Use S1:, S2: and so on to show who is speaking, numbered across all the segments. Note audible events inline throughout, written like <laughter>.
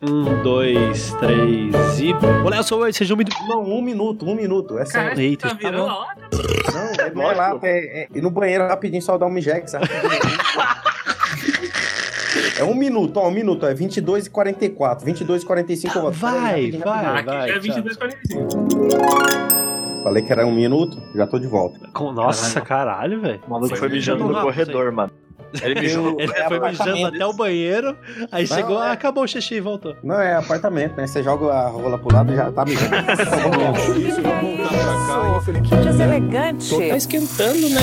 S1: Um, dois, três e. Olha só, oi, sejam muito.
S2: Não, um minuto, um minuto. É
S1: Cara,
S2: sério.
S1: Eita,
S3: tá virando a hora.
S2: Não, é, não é lá. É, é, ir no banheiro rapidinho só dar um mijex. sabe? É um minuto, ó, um minuto. É 22 e 44. 22 e 45 eu volto.
S1: Vai,
S2: Peraí, rapidinho,
S1: vai. Ah, vai,
S2: rapidinho.
S3: Aqui já é
S1: tchau.
S3: 22h45.
S2: Falei que era um minuto, já tô de volta.
S1: com- Nossa, caralho, velho.
S4: O maluco
S3: Foi
S4: foi mijando
S1: muito
S4: no
S1: rápido,
S4: corredor, mano. Ele mijou.
S1: Ele
S2: É
S1: foi mijando
S2: apartamento.
S1: até o banheiro, aí
S2: Não,
S1: chegou,
S2: é.
S1: ah, acabou o xixi e voltou.
S2: Não, é apartamento, né? Você joga a rola pro lado e já tá mijando.
S5: Isso,
S2: <laughs>
S5: que deselegante.
S6: Tá esquentando, né?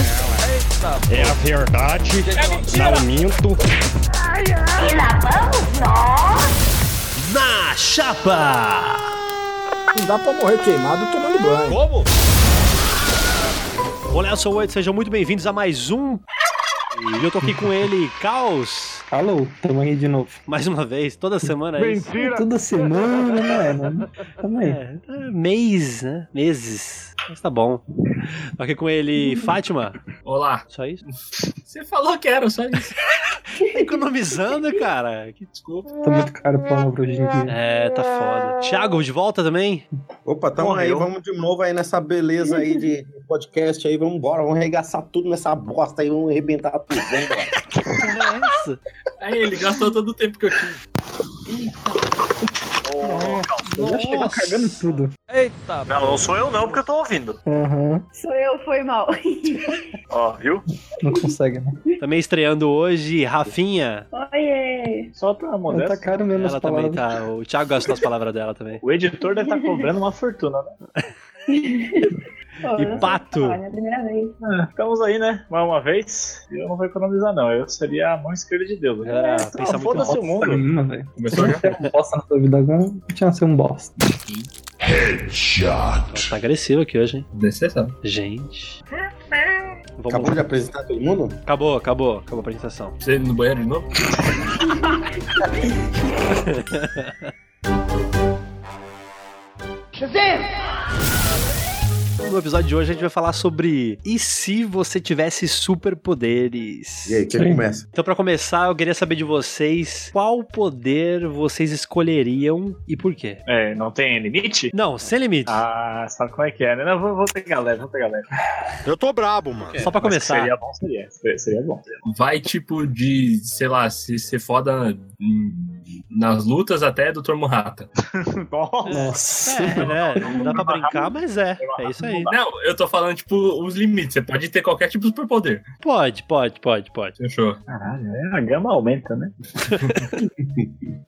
S7: É a verdade. Não minto.
S1: Na chapa!
S8: Não dá pra morrer queimado tomando banho.
S4: Como?
S1: Olha só, oi, sejam muito bem-vindos a mais um. E eu tô aqui com ele, Caos,
S6: Alô, tamo aí de novo.
S1: mais uma vez, toda semana é isso.
S6: Toda semana, né, mano? Tamo aí.
S1: É, é, mês, né? Meses. Mas tá bom. Tô aqui com ele, Fátima.
S3: Olá.
S1: Só isso?
S3: Você falou que era, só isso.
S1: Tá economizando, cara. Que desculpa.
S6: Tá muito caro pra obra hoje em dia.
S1: É, tá foda. Thiago, de volta também?
S2: Opa, tamo
S4: Morreu.
S2: aí, vamos de novo aí nessa beleza aí de podcast aí, vamos embora, vamos arregaçar tudo nessa bosta aí, vamos arrebentar tudo, vamos embora.
S1: Que porra é essa?
S3: Aí ele gastou todo o tempo que eu tinha.
S6: Eu já chegou cagando tudo.
S4: Não, não sou eu não, porque eu tô ouvindo.
S6: Aham.
S9: Sou eu, foi mal. <laughs>
S4: Ó, viu?
S6: Não consegue, né?
S1: Também estreando hoje, Rafinha.
S9: Oiê!
S4: Só pra
S6: Mas tá
S4: modéstia.
S6: caro mesmo
S1: Ela
S6: as
S1: também
S6: palavras.
S1: tá. O Thiago gastou as palavras dela também.
S4: O editor deve estar cobrando uma fortuna, né?
S9: Pô, eu não sei
S1: pato.
S9: falar, né? Primeira vez.
S4: É, Ficamos aí, né? Mais uma vez. E eu não vou economizar, não. Eu seria a mão esquerda de Deus.
S1: Era
S4: Ah,
S1: pensar muito
S4: Foda-se o
S6: Nossa,
S4: mundo.
S6: menina, velho.
S3: Começou já?
S6: Se eu não bosta na sua vida agora, eu tinha ser um bosta.
S1: Ela tá agressiva aqui hoje, hein?
S3: Necessário.
S1: Gente. Vamos
S2: Acabou
S1: lá.
S2: de apresentar todo mundo?
S1: acabou, acabou, acabou a apresentação.
S3: Você indo no banheiro de novo?
S1: No episódio de hoje a gente vai falar sobre e se você tivesse superpoderes.
S2: E aí, quem
S6: Sim.
S2: começa?
S1: Então, pra começar, eu queria saber de vocês qual poder vocês escolheriam e por quê?
S4: É, não tem limite?
S1: Não, sem limite.
S4: Ah, sabe como é que é, né? Não, vou, vou pegar leve, vou pegar leve.
S7: Eu tô brabo,
S2: Ah,
S7: mano.
S1: Só pra
S4: Mas
S1: começar.
S4: Seria bom, seria. Seria, seria <laughs> bom.
S3: Vai tipo de, sei lá, se ser foda hum, nas lutas até Dr. Murrata.
S4: Nossa.
S6: Nossa.
S1: É, né? Não dá pra brincar, mas é. É isso aí.
S3: Não, eu tô falando tipo os limites. Você pode ter qualquer tipo de superpoder.
S1: Pode, pode, pode, pode.
S3: Fechou.
S4: Caralho, é, a gama aumenta, né?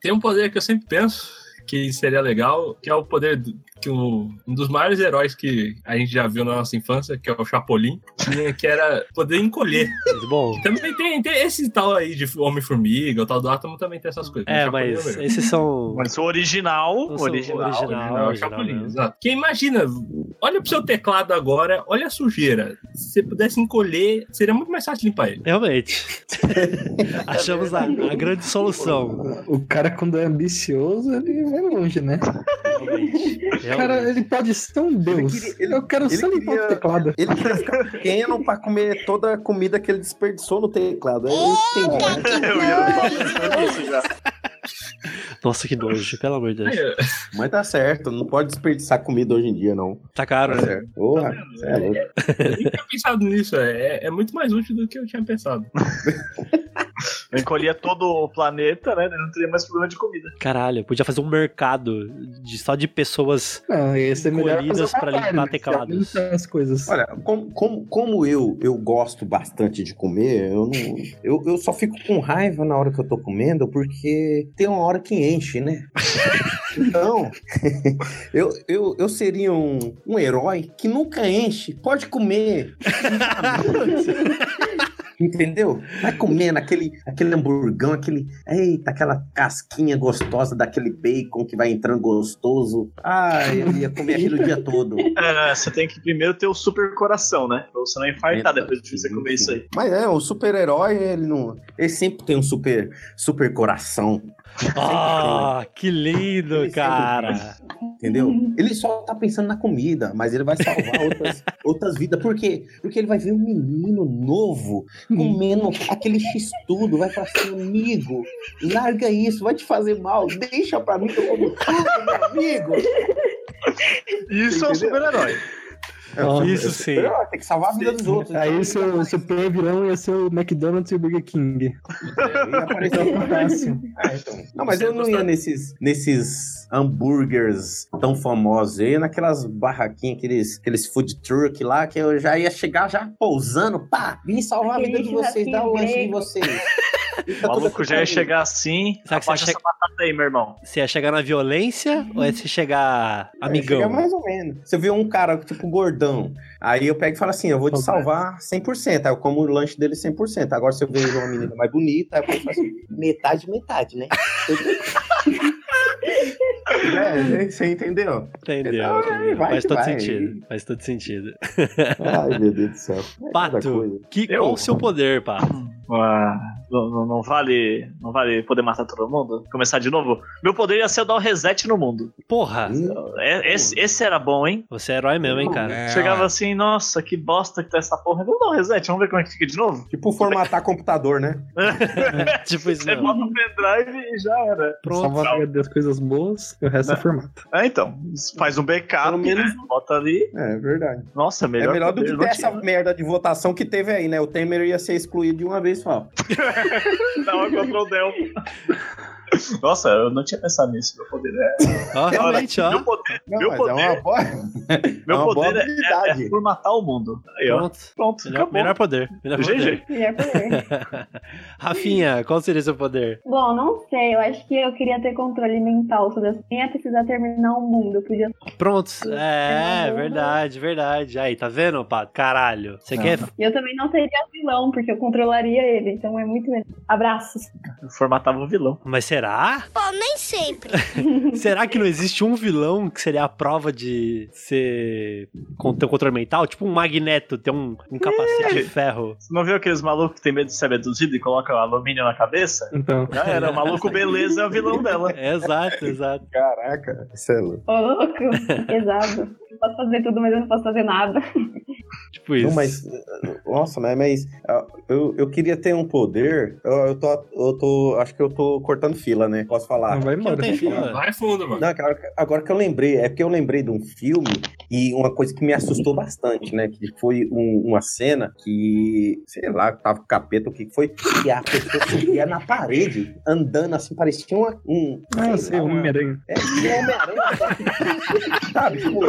S3: Tem um poder que eu sempre penso que seria legal, que é o poder do- que o- um dos maiores heróis que a gente já viu na nossa infância, que é o Chapolin, que- que era poder encolher.
S1: Mas, bom.
S3: Também tem, tem esse tal aí de Homem-Formiga, o tal do Átomo também tem essas coisas.
S1: É,
S3: Chapolin
S1: mas
S3: melhor.
S1: esses <laughs> são.
S4: Mas o original,
S1: Nossa, o
S4: original,
S1: original.
S3: Não, é o
S1: original
S3: Chapolin,
S1: mesmo.
S3: exato. Porque imagina, olha pro seu teclado agora, olha a sujeira. Se você pudesse encolher, seria muito mais fácil
S1: <laughs>
S3: limpar ele.
S1: Realmente. Achamos a, a grande solução.
S6: O cara, quando é ambicioso, ele vai longe, né?
S1: Realmente.
S6: O cara,
S1: Realmente.
S6: ele pode ser um deus.
S2: queria- ele-
S6: eu quero
S2: ele
S6: só limpar
S2: queria-
S6: o teclado.
S2: Ele quer ficar pequeno pra comer toda a comida que ele desperdiçou no teclado. Eu entendi. né?
S4: Eu ia falar pensando nisso já.
S1: Nossa, que nojo, pelo amor de Deus.
S3: Aí,
S2: Mas tá certo, não pode desperdiçar comida hoje em dia, não.
S1: Tá caro,
S2: Tá
S1: né?
S2: certo. Porra, você é louco.
S3: Eu nem tinha pensado nisso, é, é muito mais útil do que eu tinha pensado.
S4: Eu encolhia todo o planeta, né? Não teria mais problema de comida.
S1: Caralho, podia fazer um mercado de, só de pessoas.
S6: Não, esse é melhor.
S1: Colhidas
S6: fazer o
S1: pra
S6: contrário,
S1: limpar
S6: né?
S1: teclados.
S6: Limpar As coisas.
S2: Olha, como, como, como eu, eu gosto bastante de comer, eu, não, eu, eu só fico com raiva na hora que eu tô comendo, porque tem uma hora que enche, né? <laughs> Então, eu, eu, eu seria um, um herói que nunca enche, pode comer. Entendeu? Vai comendo aquele, aquele hamburgão, aquele. Eita, aquela casquinha gostosa daquele bacon que vai entrando gostoso. Ah, eu ia comer aquilo o dia todo.
S4: É, você tem que primeiro ter o super coração, né? Pra você não infartar depois de você comer isso aí.
S2: Mas é, o super-herói, ele não. Ele sempre tem um super, super coração.
S1: Ah, que lindo,
S2: Ele sempre
S1: cara.
S2: entendeu? Ele só tá pensando na comida, mas ele vai salvar outras, outras vidas. Por quê? Porque ele vai ver um menino novo comendo aquele x-tudo, vai falar assim, amigo, larga isso, vai te fazer mal, deixa pra mim que eu como tudo, meu amigo.
S4: Isso é um super-herói.
S1: É Isso sim.
S2: Super-herói, Tem que salvar a vida dos outros.
S6: Aí seu super é vilão ia ser o McDonald's e o Burger King.
S2: Aí apareceu
S6: Então,
S2: <laughs>
S6: fantástico.
S2: Ah, então. Não, mas eu não ia nesses, nesses hambúrgueres tão famosos. Eu ia naquelas barraquinhas, aqueles, aqueles food truck lá, que eu já ia chegar já pousando, pá, vim salvar a vida
S9: Aquele
S2: de vocês, dar o
S9: churrasquinho
S2: lanche de <laughs>
S9: grego.
S2: vocês. Então,
S4: O maluco já ia chegar assim.
S1: Será que você
S4: Abaixa
S1: chega-
S4: essa batata aí, meu irmão.
S1: Você ia chegar na violência ou ia se chegar amigão?
S2: É mais ou menos. Você vê um cara, tipo, gordão. Aí eu pego e falo assim, eu vou te
S6: Ok.
S2: salvar 100%. Aí eu como o lanche dele 100%. Agora se eu vejo uma menina mais bonita, aí eu pego e falo assim, metade, metade, né? <laughs> é, você entendeu?
S1: Entendeu?
S2: Ah,
S1: entendeu.
S2: vai
S1: Faz
S2: que
S1: todo
S2: vai.
S1: sentido. Faz todo sentido.
S2: Ai, meu Deus do céu. É cada
S1: Pato,
S2: coisa.
S1: que,
S4: Eu?
S1: qual o seu poder, Pato?
S4: Ah, não, não- não vale, não vale poder matar todo mundo? Começar de novo? Meu poder ia ser eu dar o reset no mundo.
S1: Porra,
S4: É- Esse, esse era bom, hein?
S1: você é herói mesmo, hein, cara? <laughs>
S7: É,
S4: Chegava
S7: ó.
S4: assim, nossa, que bosta que tá essa porra. Vamos dar um reset, vamos ver como é que fica de novo.
S2: Tipo formatar computador, né?
S1: Tipo isso,
S4: Você
S1: não.
S4: bota o pendrive e já era.
S1: Pronto.
S6: Salvar das coisas boas e o resto é formato.
S4: É, então, faz um backup,
S2: Pelo menos-
S4: né? bota ali.
S2: É verdade.
S4: Nossa, melhor.
S2: é melhor do
S4: poder,
S2: que
S4: não
S2: ter
S4: tinha.
S2: essa merda de votação que teve aí, né? O Temer ia ser excluído de uma vez só.
S4: Dá uma Ctrl Del. <laughs> Nossa, eu não tinha pensado nisso. Meu poder é.
S1: Ó, realmente, ó.
S4: Meu poder,
S2: Não,
S4: Meu
S2: mas
S4: poder-
S2: é uma boa, <laughs>
S4: meu
S2: Tá. é uma boa
S4: poder é- é,
S2: habilidade.
S4: formatar o mundo. Aí, ó.
S1: Pronto.
S4: Pronto,
S1: Melhor,
S4: acabou.
S1: melhor poder. Melhor poder.
S4: GG.
S9: Melhor poder.
S1: Rafinha, qual seria o seu poder?
S9: Bom, não sei. Eu acho que eu queria ter controle mental sobre as. Nem ia precisar terminar o mundo. Eu podia.
S1: Pronto.
S9: É,
S1: É,
S9: não.
S1: verdade, verdade. Aí, tá vendo, Pato? Caralho. Você
S4: Não.
S5: Tá.
S1: quer.
S9: E eu também não teria vilão, porque eu controlaria ele. Então é muito melhor. Abraços.
S4: Eu formatava o vilão.
S1: Mas será?
S5: Bom, nem sempre.
S1: <laughs> Será que não existe um vilão que seria a prova de ser com ter um controle mental? Tipo um magneto, ter um, um capacete de ferro.
S4: Você não viu aqueles malucos que tem medo de ser abduzido e coloca alumínio na cabeça?
S6: Então,
S4: Já
S2: <laughs>
S4: era, o maluco beleza é o vilão dela.
S1: É, exato, exato.
S2: Caraca, isso é louco.
S9: Ô,
S1: <laughs>
S9: louco. Pesado. Eu posso fazer tudo, mas eu não posso fazer nada.
S1: Tipo isso.
S2: Não, mas, nossa, mas, mas ah, eu, eu queria ter um poder. Eu, eu tô, eu tô. Acho que eu tô cortando fila, né? Posso falar.
S6: não vai
S1: Não
S6: embora.
S1: tem fila.
S3: Vai fundo, mano.
S2: Não, cara, agora que eu lembrei, é porque eu lembrei de um filme e uma coisa que me assustou bastante, né? Que foi um- uma cena que, sei lá, tava com o capeta, o que que foi, e a pessoa subia na parede, andando assim, parecia uma, um.
S6: Ah, eu
S2: sei
S6: sei,
S2: lá,
S6: o
S2: uma-
S6: Homem-Aranha.
S2: É, um Homem-Aranha, só que- sabe? Tipo,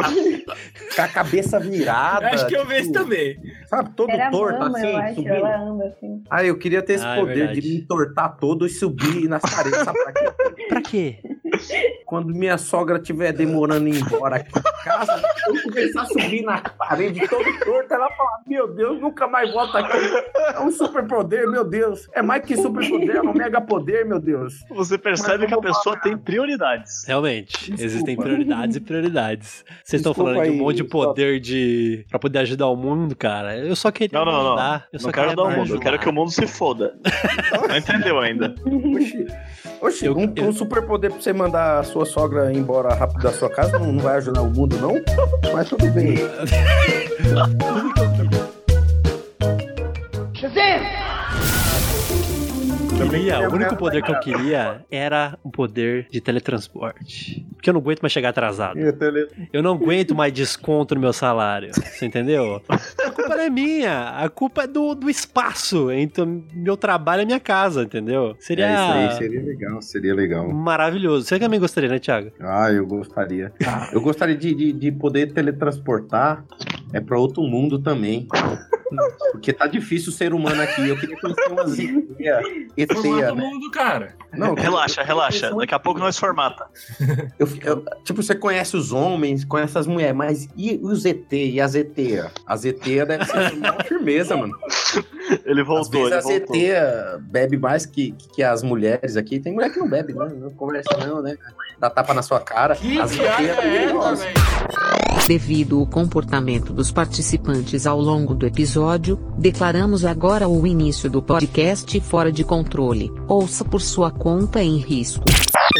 S2: com a cabeça virada.
S3: Acho que eu
S2: tipo,
S3: vejo também.
S2: Sabe, todo
S9: Era a
S2: torto,
S9: mama,
S2: assim,
S9: eu acho.
S2: subindo.
S9: Ela anda assim.
S2: Ah, eu queria ter esse
S1: Ah, é
S2: poder de
S1: verdade.
S2: me entortar todo e subir nas paredes, sabe pra quê?
S1: Pra quê?
S2: Quando minha sogra estiver demorando em ir embora aqui de casa, eu começar a subir na parede todo torto, ela falar, meu Deus, nunca mais volta aqui. É um superpoder, meu Deus. É mais que superpoder, é um megapoder, meu Deus.
S4: Você percebe
S2: Mas
S4: que a
S2: eu vou
S4: pessoa
S2: parar.
S4: tem prioridades.
S1: Realmente,
S2: Desculpa.
S1: existem prioridades e prioridades. Vocês estão
S2: Desculpa
S1: falando de um
S2: aí,
S1: monte de
S2: Gustavo.
S1: poder de. pra poder ajudar o mundo, cara. Eu só queria
S4: Não, não, não.
S1: ajudar. Eu só
S4: não quero
S1: queria
S4: dar o mundo, eu
S2: um
S1: ajudar.
S4: quero que o mundo se foda.
S2: <laughs>
S4: não entendeu ainda.
S2: Oxi, oxi
S1: Eu-
S2: um,
S1: eu-
S2: um superpoder pra você mandar a sua sogra embora rápido da sua casa não, não vai ajudar o mundo, não? Mas tudo bem.
S1: Eu queria, o
S2: Eu
S1: único
S2: quero
S1: poder que eu queria era um poder de teletransporte. Porque eu não aguento mais chegar atrasado. Eu não aguento mais desconto no meu salário. Você entendeu? A culpa não é minha. A culpa é do, do espaço entre o meu trabalho e a minha casa, entendeu? Seria
S2: É, seria legal, seria legal.
S1: maravilhoso. Você também gostaria, né, Thiago?
S2: Ah, eu gostaria. Eu gostaria de, de, de poder teletransportar é para outro mundo também. Porque tá difícil o ser humano aqui. Eu queria conhecer umas ETEA.
S3: Formata
S2: ETEA,
S3: o
S2: né?
S3: é um mundo, cara.
S2: Não,
S4: Relaxa, relaxa. Daqui a pouco nós formata.
S2: eu- eu- tipo, você conhece os homens, conhece as mulheres, mas e os ET e as ETEA? As ETEA deve ser uma firmeza, mano.
S4: Ele
S2: Às
S4: voltou,
S2: vezes
S4: ele
S2: as
S4: voltou.
S2: ETEA bebe mais que, que as mulheres aqui. Tem mulher que não bebe, né? Não conversa não, né? Dá tapa na sua cara. as ETEA perigosas.
S10: Devido ao comportamento dos participantes ao longo do episódio, declaramos agora o início do podcast fora de controle. Ouça por sua conta em risco.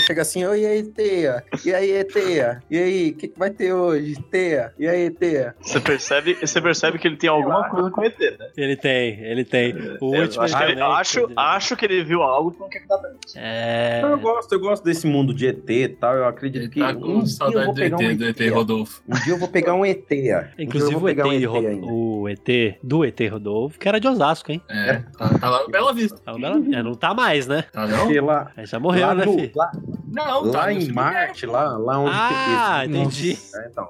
S2: chega assim, oi, e aí, Teia? E aí, Teia? E aí, o que, que vai ter hoje, Teia? E aí, Teia?
S4: Você percebe, você percebe que ele tem alguma coisa com o ET, né?
S1: Ele tem, ele tem. O
S4: Eu
S1: último
S4: É, acho, que ele,
S1: elemento
S4: acho,
S1: de-
S4: acho que ele viu algo que não quer que dá pra ele.
S1: É.
S2: Eu gosto, eu gosto desse mundo de ET e tal. Eu acredito que.
S3: Tá
S2: um
S3: com
S2: dia eu
S3: saudade
S2: vou
S3: do
S2: pegar um
S3: ET, do ET
S2: ET. ó.
S3: Rodolfo.
S2: Um dia eu vou pegar um ET. ó. Um dia
S1: Inclusive
S2: eu
S1: o
S2: vou
S1: ET,
S2: pegar um ET
S1: Ro-
S2: ainda.
S1: o ET do ET Rodolfo, que era de Osasco, hein?
S3: É, tá, tá lá no Bela Vista.
S1: É o Bela- é, não tá mais, né?
S3: Tá não?
S2: Porque lá,
S1: Aí já morreu,
S2: lá,
S1: né,
S2: no-
S1: filho?
S2: lá,
S3: Não, tá
S2: lá
S3: no
S2: em
S3: cemitério.
S2: Marte, lá, lá onde.
S1: Ah,
S2: existe-
S1: entendi.
S2: É, então.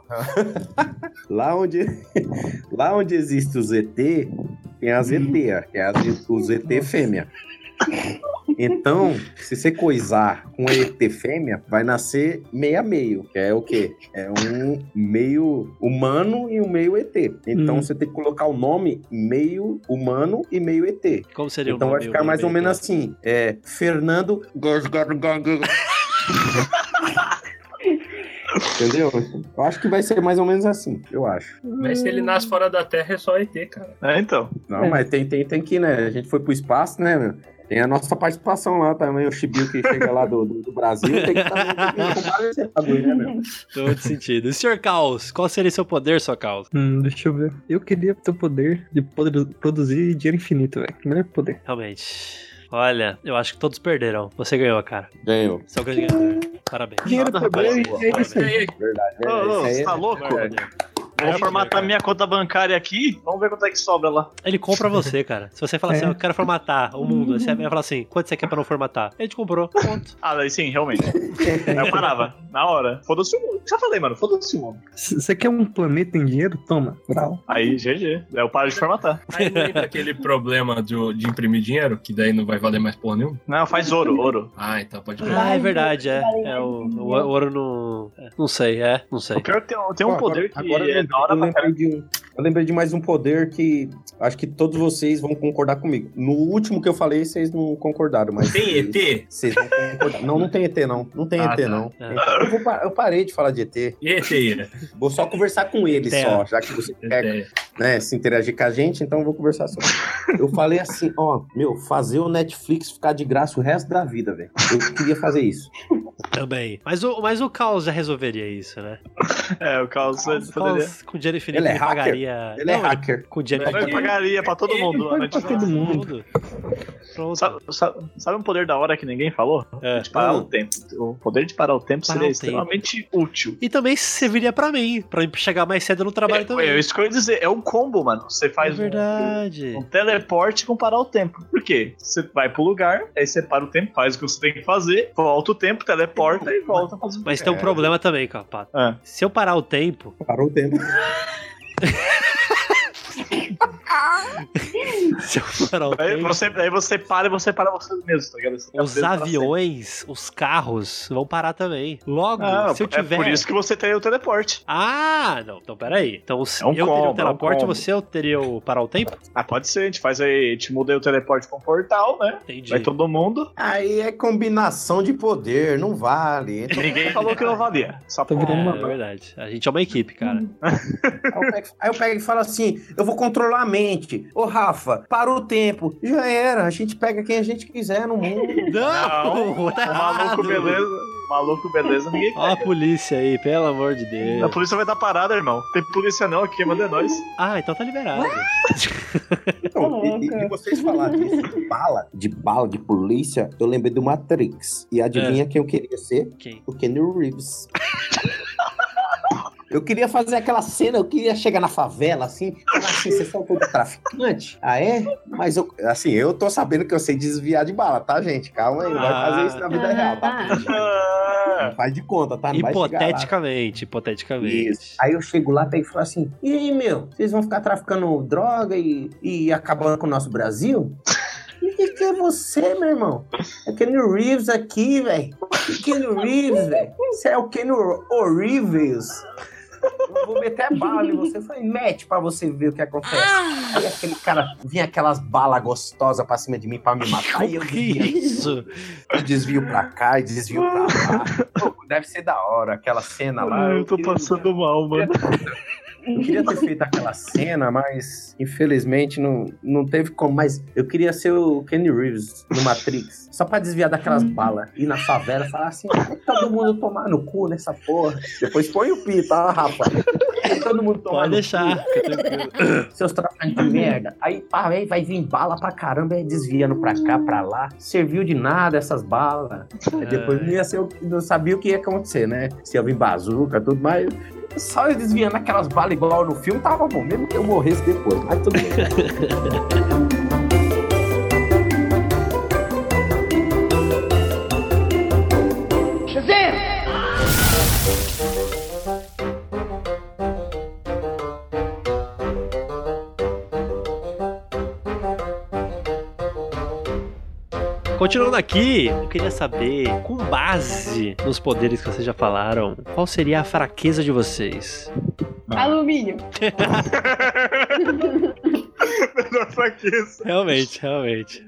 S2: <laughs> lá onde. <laughs> Lá onde existe os ET, tem as ET, ó, que é as, os ET fêmea. Então, se você coisar com ET fêmea, vai nascer meia meio, que é o quê? É um meio humano e um meio ET. Então
S6: Hum.
S2: você tem que colocar o nome meio humano e meio ET.
S1: Como seria
S2: Então
S1: o nome?
S2: vai ficar
S1: do
S2: mais ou
S1: ET?
S2: menos
S4: né?
S2: assim. É Fernando. Entendeu? Eu acho que vai ser mais ou menos assim, eu acho.
S3: Mas se ele nasce fora da Terra, é só ET, cara.
S4: É, então.
S2: Não, mas tem, tem, tem que, né? A gente foi pro espaço, né, meu? Tem a nossa participação lá também, o Chibiu que chega lá do, do, do Brasil, tem que estar
S1: É
S2: né, meu? <laughs>
S1: Todo sentido. Sr. Caos, qual seria seu poder, sua causa?
S6: Hum, deixa eu ver. Eu queria ter o poder de poder produzir dinheiro infinito, velho. Melhor poder.
S1: Realmente. Olha, eu acho que todos perderam. Você ganhou, cara.
S2: Ganhou.
S1: Você é o grande ganhador. Parabéns.
S6: Dinheiro, poder e é isso
S3: E
S6: aí.
S3: aí,
S2: Verdade.
S4: Ô, ô,
S2: é,
S4: você
S2: isso
S4: tá
S2: aí
S4: louco?
S1: Verdade.
S4: Vou formatar minha conta bancária aqui. Vamos ver quanto é que sobra lá.
S1: Ele compra você, cara. Se você falar assim,
S6: É.
S1: eu quero formatar o mundo,
S2: Uhum.
S1: aí você vai falar assim, quanto você quer pra não formatar? Ele te comprou, ponto.
S4: Ah, daí sim, realmente. Aí eu parava. Na hora. Foda-se o mundo. Já falei, mano. Foda-se o mundo.
S6: C- Você quer um planeta em dinheiro? Toma. Brau.
S4: Aí, GG. Daí eu paro de formatar.
S3: aí não entra aquele problema de, de imprimir dinheiro, que daí não vai valer mais porra nenhuma?
S4: Não, faz ouro, ouro.
S3: Ah, então pode ver.
S1: Ah, é verdade, é. É o, o ouro não. é, Não sei, é, não sei.
S4: O pior é que tem, um- tem um
S2: Pô,
S4: poder que
S2: agora- agora eu
S4: é
S2: lembrei-
S4: da hora
S2: eu
S4: pra
S2: lembrei, de um, eu lembrei de mais um poder que acho que todos vocês vão concordar comigo. No último que eu falei, vocês não concordaram, mas.
S3: Tem ET?
S2: Vocês vão concordar. Não, não tem ET, não. Não tem
S3: Ah,
S2: ET,
S3: tá.
S2: não. Então,
S1: É.
S2: Eu, vou pa- eu parei de falar de ET.
S3: E ET, Ira?
S2: Vou só conversar com ele
S3: É.
S1: Tem,
S2: só, já que você quer
S3: ET.
S2: né, se interagir com a gente, então eu vou conversar só. Eu falei assim, ó, meu, fazer o Netflix ficar de graça o resto da vida, velho. Eu queria fazer isso.
S1: Também. Mas o, mas o Caos já resolveria isso, né?
S4: É, o Carlos
S1: O
S4: poderia.
S1: Caos com dinheiro infinito
S2: Ele é
S1: ele
S2: hacker.
S1: pagaria.
S2: Ele é
S1: Não,
S2: hacker.
S1: Com dinheiro
S3: Ele é
S4: Eu
S1: infinito.
S4: pagaria pra todo mundo. lá, né?
S6: Pra todo mundo.
S1: Pronto.
S4: Sabe, sabe- sabe um poder da hora que ninguém falou?
S1: É.
S4: De parar
S2: Hum.
S4: o tempo. O poder de parar o tempo
S1: Parar
S4: seria
S1: o
S4: extremamente útil.
S1: E também serviria pra mim, pra eu chegar mais cedo no trabalho
S4: É,
S1: também.
S4: é isso que eu ia dizer. É um combo, mano. Você
S1: É
S4: faz um-
S1: verdade.
S4: Um teleporte com parar o tempo. Por quê? Você vai pro lugar, aí você para o tempo, faz o que você tem que fazer, volta o tempo, teleporta e volta pra fazer. é.
S1: Mas tem um problema também, Capato.
S4: Ah.
S1: Se eu parar o
S2: <laughs>
S1: tempo,
S2: Parou o tempo.
S1: se eu parar o
S4: Aí
S1: tempo,
S4: você, aí você para e você para você mesmo, tá ligado? Você tá
S1: os
S4: preso pra
S1: aviões, os carros vão parar também. Logo,
S4: sempre. Ah,
S1: se eu tiver.
S4: É por isso que você tem o teleporte.
S1: Ah, não, então peraí. Então se
S4: É um
S1: eu
S4: combo,
S1: teria
S4: é
S1: o
S4: um
S1: teleporte,
S4: combo.
S1: você eu teria o parar o tempo?
S4: Ah, pode ser, a gente faz aí, a gente muda aí o teleporte pra um portal, né?
S1: Entendi.
S4: Vai todo mundo.
S2: Aí é combinação de poder, não vale.
S4: Ninguém <laughs> falou que não valia. Só
S6: Tô
S4: pra-
S1: É,
S6: virando
S1: é
S6: uma.
S1: verdade. A gente é uma equipe, cara.
S2: Aí eu, pego, aí eu pego e falo assim: eu vou controlar a mente. Ô, Rafa, para o tempo. Já era, a gente pega quem a gente quiser
S1: <laughs>
S2: no mundo.
S1: Não! tá
S4: O maluco,
S1: errado.
S4: beleza. O Maluco, beleza, ninguém
S1: Ó a
S4: pega.
S1: polícia aí, pelo amor de
S4: A
S1: Deus.
S4: polícia vai estar parada, irmão. Tem polícia não aqui, manda é nós.
S1: Ah, então tá liberado.
S2: Então, e, e-
S9: louco.
S2: e vocês falar disso de bala, de bala, de polícia, eu lembrei do Matrix. E adivinha quem eu queria ser?
S1: Quem?
S2: O Kenny Reeves. Eu queria fazer aquela cena, eu queria chegar na favela, assim, falar assim, você salvou do traficante? <laughs> Ah, é? Mas eu, assim, eu tô sabendo que eu sei desviar de bala, tá, gente? Calma aí, não vai fazer isso na vida
S9: Ah,
S2: real, tá?
S4: É.
S2: Não faz de conta, tá? Não vai chegar lá.
S1: Hipoteticamente, hipoteticamente.
S2: Isso. Aí eu chego lá, pego e falo assim: e aí, meu, vocês vão ficar traficando droga e, e acabando com o nosso Brasil? E que, que é você, meu irmão? É Kenny Reeves aqui, velho. Kenny Reeves, velho. Você é o Kenny Reeves. Eu vou meter a bala em você. Eu falei, mete pra você ver o que acontece. Aí aquele cara, vinha aquelas balas gostosas pra cima de mim pra me matar. E eu
S1: Que
S2: desvia.
S1: isso?
S2: Eu desvio pra cá e desvio pra lá. Pô, deve ser da hora aquela cena lá.
S4: Ai, eu tô
S2: queria-
S4: <laughs> passando mal, mano.
S2: Eu queria ter feito aquela cena, mas infelizmente não, não teve como. Mas eu queria ser o Kenny Reeves no Matrix. Só pra desviar daquelas balas. Ir na favela e falar assim: "Vai todo mundo tomar no cu nessa porra. Depois põe o pi, tá, Rafa? Vai todo mundo tomar
S1: Pode
S2: no
S1: deixar.
S2: cu. Seus traficantes de merda. Aí, pá, aí vai vir bala pra caramba, aí desviando pra cá, pra lá. Serviu de nada essas balas. Aí depois
S1: Ai.
S2: não ia ser o que- não sabia o que ia acontecer, né? Se ia vir bazuca, tudo mais. Só eu desviando aquelas balas igual no filme, tava bom. Mesmo que eu morresse depois, mas
S4: <laughs>
S2: tudo bem.
S1: Continuando aqui, eu queria saber, com base nos poderes que vocês já falaram, qual seria a fraqueza de vocês?
S9: Alumínio.
S4: Melhor fraqueza.
S1: Realmente,
S9: <laughs>
S1: realmente.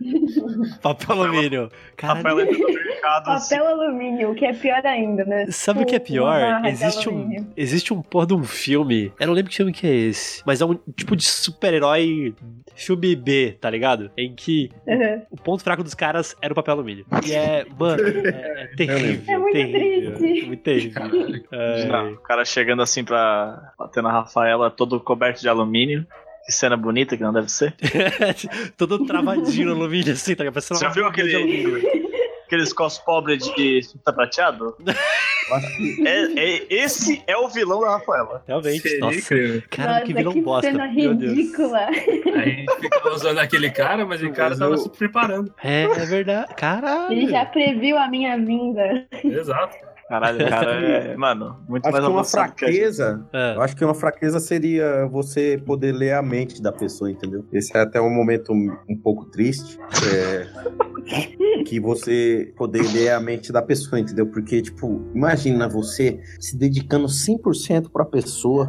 S1: Papel alumínio. Caralho.
S4: Rafael é mercado.
S9: Papel alumínio, o que é pior ainda, né?
S1: Sabe o que é
S9: Uma
S1: pior?
S9: barra de
S1: Existe
S9: alumínio.
S1: um, existe um porra de um filme. Eu não lembro que filme que é esse. Mas é um tipo de super-herói filme B, tá ligado? Em que
S9: Uhum.
S1: o ponto fraco dos caras era o papel alumínio. E é, mano, é, é
S4: <laughs>
S1: terrível.
S9: É muito
S1: terrível,
S9: triste.
S1: Muito terrível.
S4: Não,
S1: É,
S4: o cara chegando assim pra bater na Rafaela todo coberto de alumínio. Que cena bonita que não deve ser.
S1: todo travadinho no alumínio, assim, tá ligado? Parecendo
S4: Você já
S1: uma
S4: viu
S1: folha de alumínio.
S4: aquele. Aqueles cos pobres de cinta prateado? É- é- esse é o vilão da Rafaela.
S1: Realmente,
S4: Seria
S1: nossa.
S2: É.
S4: incrível.
S1: Cara, que vilão bosta.
S9: cena
S1: Meu Deus.
S9: ridícula.
S3: Aí fica usando aquele cara, mas o cara tava se preparando.
S1: É, é verdade. Caralho.
S9: Ele já previu a minha vinda.
S3: Exato.
S4: Caralho, o cara
S2: <laughs>
S4: é. Mano, muito
S2: acho
S4: mais
S2: que uma
S4: avançado que a gente.
S2: fraqueza.
S1: É.
S2: Eu acho que uma fraqueza seria você poder ler a mente da pessoa, entendeu? Esse é até um momento um pouco triste. é, <laughs> que você poder ler a mente da pessoa, entendeu? Porque, tipo, imagina você se dedicando 100% pra pessoa,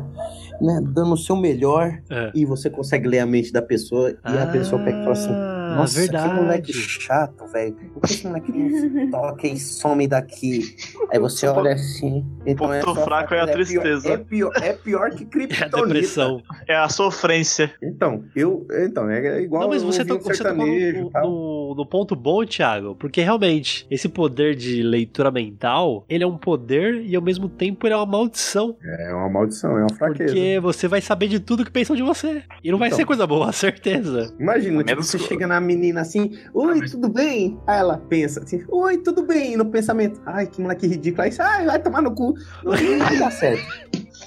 S2: né? Dando o seu melhor e você consegue ler a mente da pessoa e a pessoa pega e fala assim.
S1: Ah,
S2: Nossa, que
S1: <laughs>
S2: moleque chato, velho. Por que esse moleque não se toca e some daqui? Aí você olha assim. Então
S4: ponto
S2: só
S4: fraco é a
S2: fraqueza, pior-
S4: tristeza.
S2: é pior, é
S1: <laughs>
S2: pior que criptonita. né?
S1: depressão.
S4: É a sofrência.
S2: Então, eu. Então, é igual.
S1: Não, mas você,
S2: tá,
S1: to você tocou no, no- no ponto bom, Thiago, porque realmente esse poder de leitura mental, ele é um poder e ao mesmo tempo ele é uma maldição,
S2: É uma maldição, é uma fraqueza.
S1: porque você vai saber de tudo que pensam de você. E não vai
S2: Então.
S1: ser coisa boa, <laughs> certeza.
S2: Imagina, tipo,
S4: menos
S2: você
S4: Tá, que-
S2: chega na menina assim, oi, tudo bem? Aí ela pensa assim, oi, tudo bem? E no pensamento, ai, que moleque ridículo. Aí você, ai, vai tomar no cu. Não, não vai dar certo.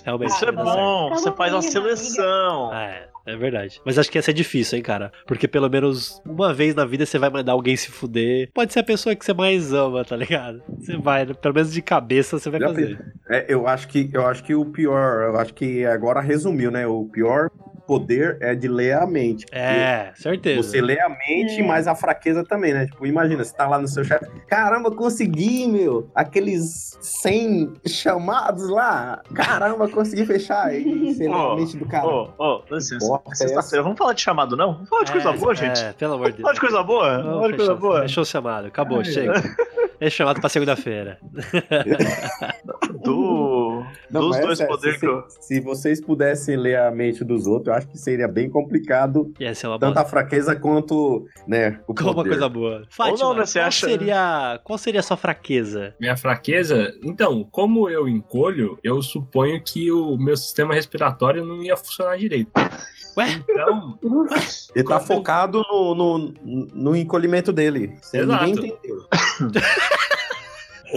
S1: Realmente.
S4: Isso é
S1: não dá
S4: bom,
S9: Tá
S4: você
S9: bom,
S4: faz uma
S1: né,
S9: amiga.
S4: seleção.
S1: certo. É, é verdade. Mas acho que ia ser difícil, hein, cara? Porque pelo menos uma vez na vida você vai mandar alguém se fuder. Pode ser a pessoa que você mais ama, tá ligado? Você vai, pelo menos de cabeça você vai
S2: Já
S1: fazer.
S2: É, eu acho que eu acho que o pior, eu acho que agora resumiu, né? O pior poder é de ler a mente.
S1: É, certeza.
S2: Você lê a mente,
S9: É.
S2: mas a fraqueza também, né? Tipo, imagina, você tá lá no seu chat. Caramba, consegui, meu! Aqueles 100 chamados lá. Caramba, consegui fechar. E você lê
S4: <laughs>
S2: a
S4: Ô,
S2: mente do cara. é
S4: Ô, ô, dá licença.
S2: Porra,
S4: Sexta-feira, vamos falar de chamado, não? Vamos falar de coisa
S1: É,
S4: boa,
S1: é,
S4: gente?
S1: pelo amor de
S4: Vamos falar
S1: Deus.
S4: de coisa boa? Vamos falar de coisa boa?
S1: Fechou o chamado, acabou, chega. <laughs> É chamado pra segunda-feira.
S4: Do,
S2: Não,
S4: dos
S2: mas
S4: dois
S2: é,
S4: poderes
S2: se,
S4: que eu.
S2: se vocês pudessem ler a mente dos outros, eu acho que seria bem complicado.
S1: Ia ser é
S4: Tá
S1: uma
S4: Então
S2: Tanto a
S1: boa.
S2: fraqueza quanto, né, o
S1: Como <laughs> uma
S2: poder.
S1: coisa boa. Fátima,
S4: não, né, você
S1: qual,
S4: acha-
S1: seria, qual seria a sua fraqueza?
S3: Minha fraqueza? Então, como eu encolho, eu suponho que o meu sistema respiratório não ia funcionar direito.
S1: Ué?
S3: Então,
S2: Ele tá focado no, no, no encolhimento dele. Você
S3: Exato.
S2: ninguém entendeu.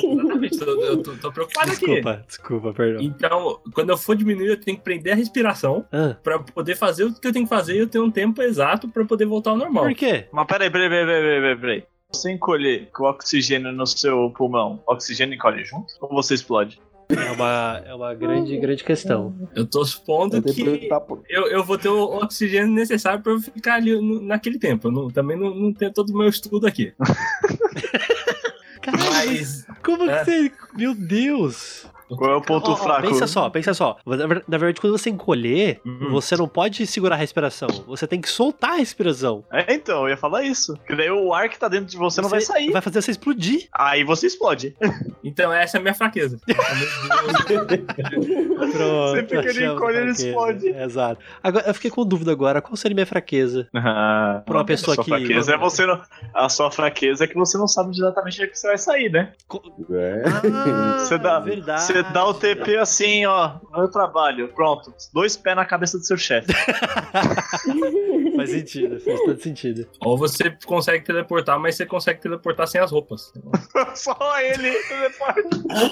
S3: exatamente, eu, eu tô, tô preocupado aqui.
S1: desculpa, desculpa, perdão.
S3: Então, quando eu for diminuir, eu tenho que prender a respiração
S1: Ah,
S3: pra poder fazer o que eu tenho que fazer e eu tenho um tempo exato pra poder voltar ao normal.
S1: por quê?
S4: Mas peraí, peraí, peraí, peraí, peraí, peraí. Você encolher com oxigênio no seu pulmão, o oxigênio encolhe junto? Ou você explode?
S1: É uma, é uma grande, grande questão.
S3: Eu tô supondo
S2: Eu tenho
S3: que
S2: que tá por-
S3: eu, eu vou ter o oxigênio necessário pra eu ficar ali no- naquele tempo. Eu não- também não, não tenho todo o meu estudo aqui.
S1: Caralho,
S3: Mas
S1: como que
S3: É.
S1: você. Meu Deus!
S4: Qual é o ponto
S1: Ó, ó,
S4: né? fraco?
S1: Pensa só, pensa só. Na ver- na verdade, quando você encolher,
S4: Hum.
S3: hum,
S1: você não pode segurar a respiração. Você tem que soltar a respiração.
S4: É, então, eu ia falar isso. Que daí o ar que tá dentro de você, não
S1: Você
S4: vai sair.
S1: Vai fazer você explodir.
S4: Aí você explode.
S3: Então essa é a minha fraqueza.
S1: Pronto,
S4: Sempre que ele
S1: achamos
S4: encolhe, ele
S1: fraqueza.
S4: explode.
S1: Exato. Agora, eu fiquei com dúvida agora. Qual seria minha fraqueza?
S4: Ah,
S1: pra uma pessoa
S4: a sua
S1: que.
S4: fraqueza é você não... A sua fraqueza é que você não sabe exatamente onde que você vai sair, né?
S2: É.
S4: Ah, Você dá,
S1: É verdade.
S4: você dá o TP assim, ó, no trabalho, pronto. Dois pés na cabeça do
S1: <laughs>
S4: seu chefe.
S1: Faz sentido, faz todo sentido.
S3: Ou você consegue teleportar, mas você consegue teleportar sem as roupas.
S4: Só ele teleporta.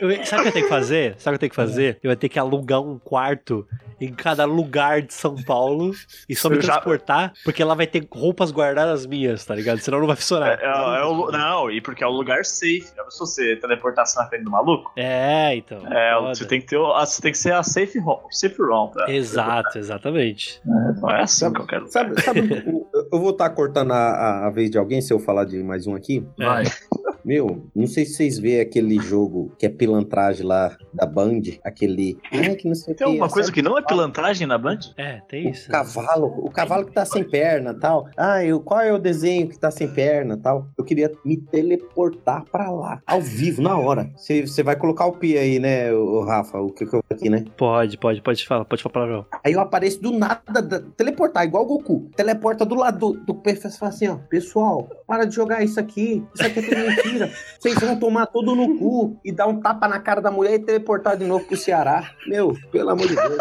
S1: Eu- sabe o que eu tenho que fazer? Sabe o que eu tenho que
S4: É.
S1: fazer? Eu ia ter que alugar um quarto em cada lugar de São Paulo e só me
S4: Eu já-
S1: transportar, porque lá vai ter roupas guardadas minhas, tá ligado? Senão não vai funcionar.
S4: É, é o lu- não, e porque é o lugar safe. né? Se você teleportasse na frente do maluco,
S1: É, então.
S4: é,
S1: foda.
S4: você, tem que ter, o- ah, você tem que ser a safe room. Safe room tá?
S1: Exato, exatamente.
S4: Não é assim que eu quero.
S2: Sabe,
S4: <laughs>
S2: sabe o- eu- eu vou estar cortando a, a- a vez de alguém se eu falar de mais um aqui?
S3: Vai.
S1: É.
S2: Meu, não sei se vocês veem aquele jogo que é pilantragem lá da Band, aquele. Ai, que não sei o
S4: Tem alguma
S2: quê,
S4: coisa
S2: sabe?
S4: que não é pilantragem na Band?
S1: É, tem isso.
S2: O cavalo, o cavalo que tá sem perna tal. Ah, eu, qual é o desenho que tá sem perna tal? Eu queria me teleportar pra lá, ao vivo, na hora. Você você vai colocar o pi aí, né, o Rafa? O que que eu aqui, né?
S1: Pode, pode, pode falar, pode falar palavrão.
S2: Aí eu apareço do nada, da- teleportar, igual o Goku. Teleporta do lado do, do perfil e fala assim, ó. Pessoal, para de jogar isso aqui. Isso aqui é tudo mentira. Vocês vão tomar tudo no cu e dar um tapa na cara da mulher e teleportar de novo pro Ceará. Meu, pelo amor de Deus.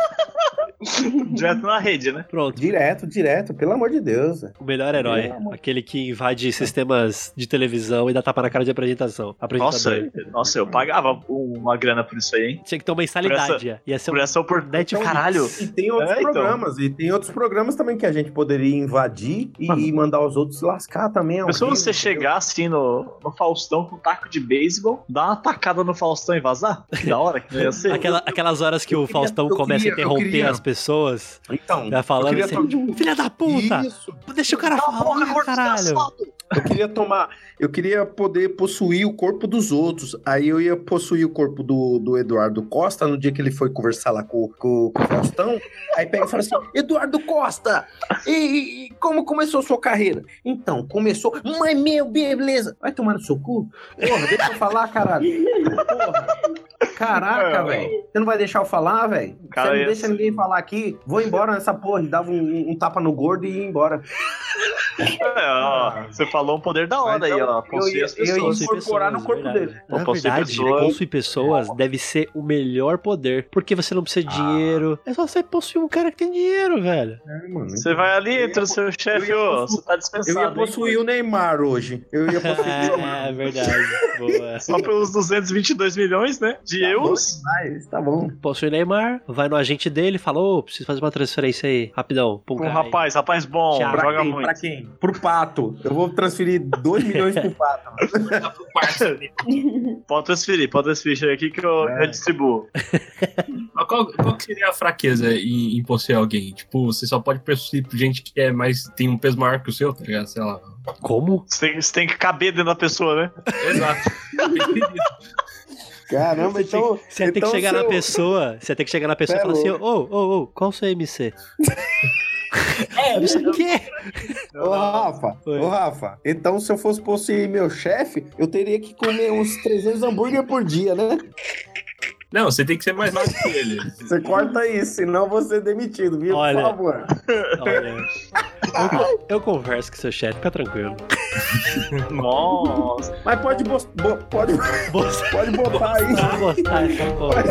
S2: Uhum.
S4: Direto na rede, né?
S1: Pronto.
S2: Direto, direto, pelo amor de Deus.
S1: O melhor herói. Aquele que invade sistemas de televisão e dá tapa na cara de apresentação.
S4: Nossa,
S1: Apresentador.
S4: nossa, eu pagava uma grana por isso aí, hein?
S1: Tinha que ter uma mensalidade.
S4: Por
S1: Ia ser um
S4: Por essa oportunidade.
S1: Netflix.
S4: Caralho!
S2: E tem outros
S4: É, então.
S2: programas, e tem outros programas também que a gente poderia invadir e, e mandar os outros se lascar também. ao
S4: Pensou
S2: vivo,
S4: você
S2: entendeu?
S4: chegar assim no, no Faustão com um taco de beisebol, dar uma tacada no Faustão e vazar? Que da hora que
S2: <laughs>
S4: não ia ser.
S1: Aquela- aquelas horas que o
S2: queria-
S1: Faustão
S2: eu
S1: começa a
S2: queria- eu
S1: interromper
S2: queria.
S1: as pessoas,
S2: Então,
S1: vai
S2: eu
S1: falando
S2: queria,
S1: assim,
S2: to-
S1: filha da puta,
S2: Isso.
S1: deixa o cara
S4: Cala a boca,
S1: falar,
S4: gordo
S1: caralho.
S4: desgraçado!
S2: eu queria tomar. Eu queria poder possuir o corpo dos outros. Aí eu ia possuir o corpo do, do Eduardo Costa no dia que ele foi conversar lá com, com, com o Faustão. Aí pega e fala assim: Eduardo Costa, e, e- e como começou a sua carreira? Então, começou. Mas meu, beleza. Vai tomar no seu cu? Porra, deixa eu falar, caralho. Porra. Caraca,
S4: Não.
S2: velho. Você não vai deixar eu falar, velho? Você
S4: Cara,
S2: não
S4: ia
S2: deixa
S4: ser-
S2: ninguém falar aqui. Vou embora nessa porra. E dava um, um tapa no gordo e ia embora.
S4: É, ó, você falou um poder da hora
S2: Mas
S4: aí,
S2: eu-
S4: ó. Possui
S2: eu ia-
S4: as
S2: eu ia-
S4: pessoas.
S1: Possui
S2: incorporar no corpo
S1: é verdade.
S2: dele.
S1: Na
S4: Possui
S1: verdade,
S4: pessoas.
S1: possuir pessoas
S2: É.
S1: deve ser o melhor poder, porque você não precisa
S2: Ah.
S1: de dinheiro. É só você possuir um cara que tem dinheiro, velho.
S4: Você vai ali, entra o seu chefe,
S2: eu ia
S4: ô,
S2: possu-
S4: você tá
S2: Eu
S4: dispensado.
S2: ia possuir
S4: hein?
S2: o Neymar hoje. Eu ia possuir o
S1: <laughs> É, é
S2: Neymar.
S1: verdade. Boa.
S4: Só pelos 222 milhões, né? De
S2: Tá
S4: euros.
S2: Mas tá bom.
S1: Possui Neymar, vai no agente dele e fala: Ô, preciso fazer uma transferência aí, rapidão. Pum,
S4: Um rapaz, rapaz bom,
S1: Thiago,
S4: Ah, joga
S2: quem?
S4: muito.
S2: Pra quem? Pro Pato. Eu vou transferir 2 milhões pro Pato.
S4: <laughs> Pode transferir, pode transferir. Chega aqui que eu
S2: É.
S4: eu distribuo.
S3: Mas qual, qual que seria a fraqueza em, em possuir alguém? Tipo, você só pode possuir gente que é mais, tem um peso maior que o seu, tá ligado? Sei lá.
S1: Como?
S4: Você tem, você tem que caber dentro da pessoa, né?
S3: Exato.
S2: <laughs> Caramba, então.
S1: Você ia ter que
S2: então
S1: chegar na
S2: seu-
S1: pessoa, você ia ter que chegar na pessoa e
S2: Cê é
S1: falar assim: Ô, ô, ô, qual o seu MC? É, isso aqui é.
S2: Ô, Rafa,
S1: Oi.
S2: ô, Rafa. Então, se eu fosse possuir meu chefe, eu teria que comer uns 300 hambúrguer por dia, né?
S3: Não, você tem que ser mais magro que ele.
S2: Você corta isso, senão você é demitido, viu?
S1: Olha.
S2: Por favor.
S1: Olha, eu, eu converso com seu chefe, fica tranquilo.
S4: Nossa.
S2: Mas pode, bos- bo- pode,
S1: Você
S2: pode botar aí.
S1: vai gostar dessa porra.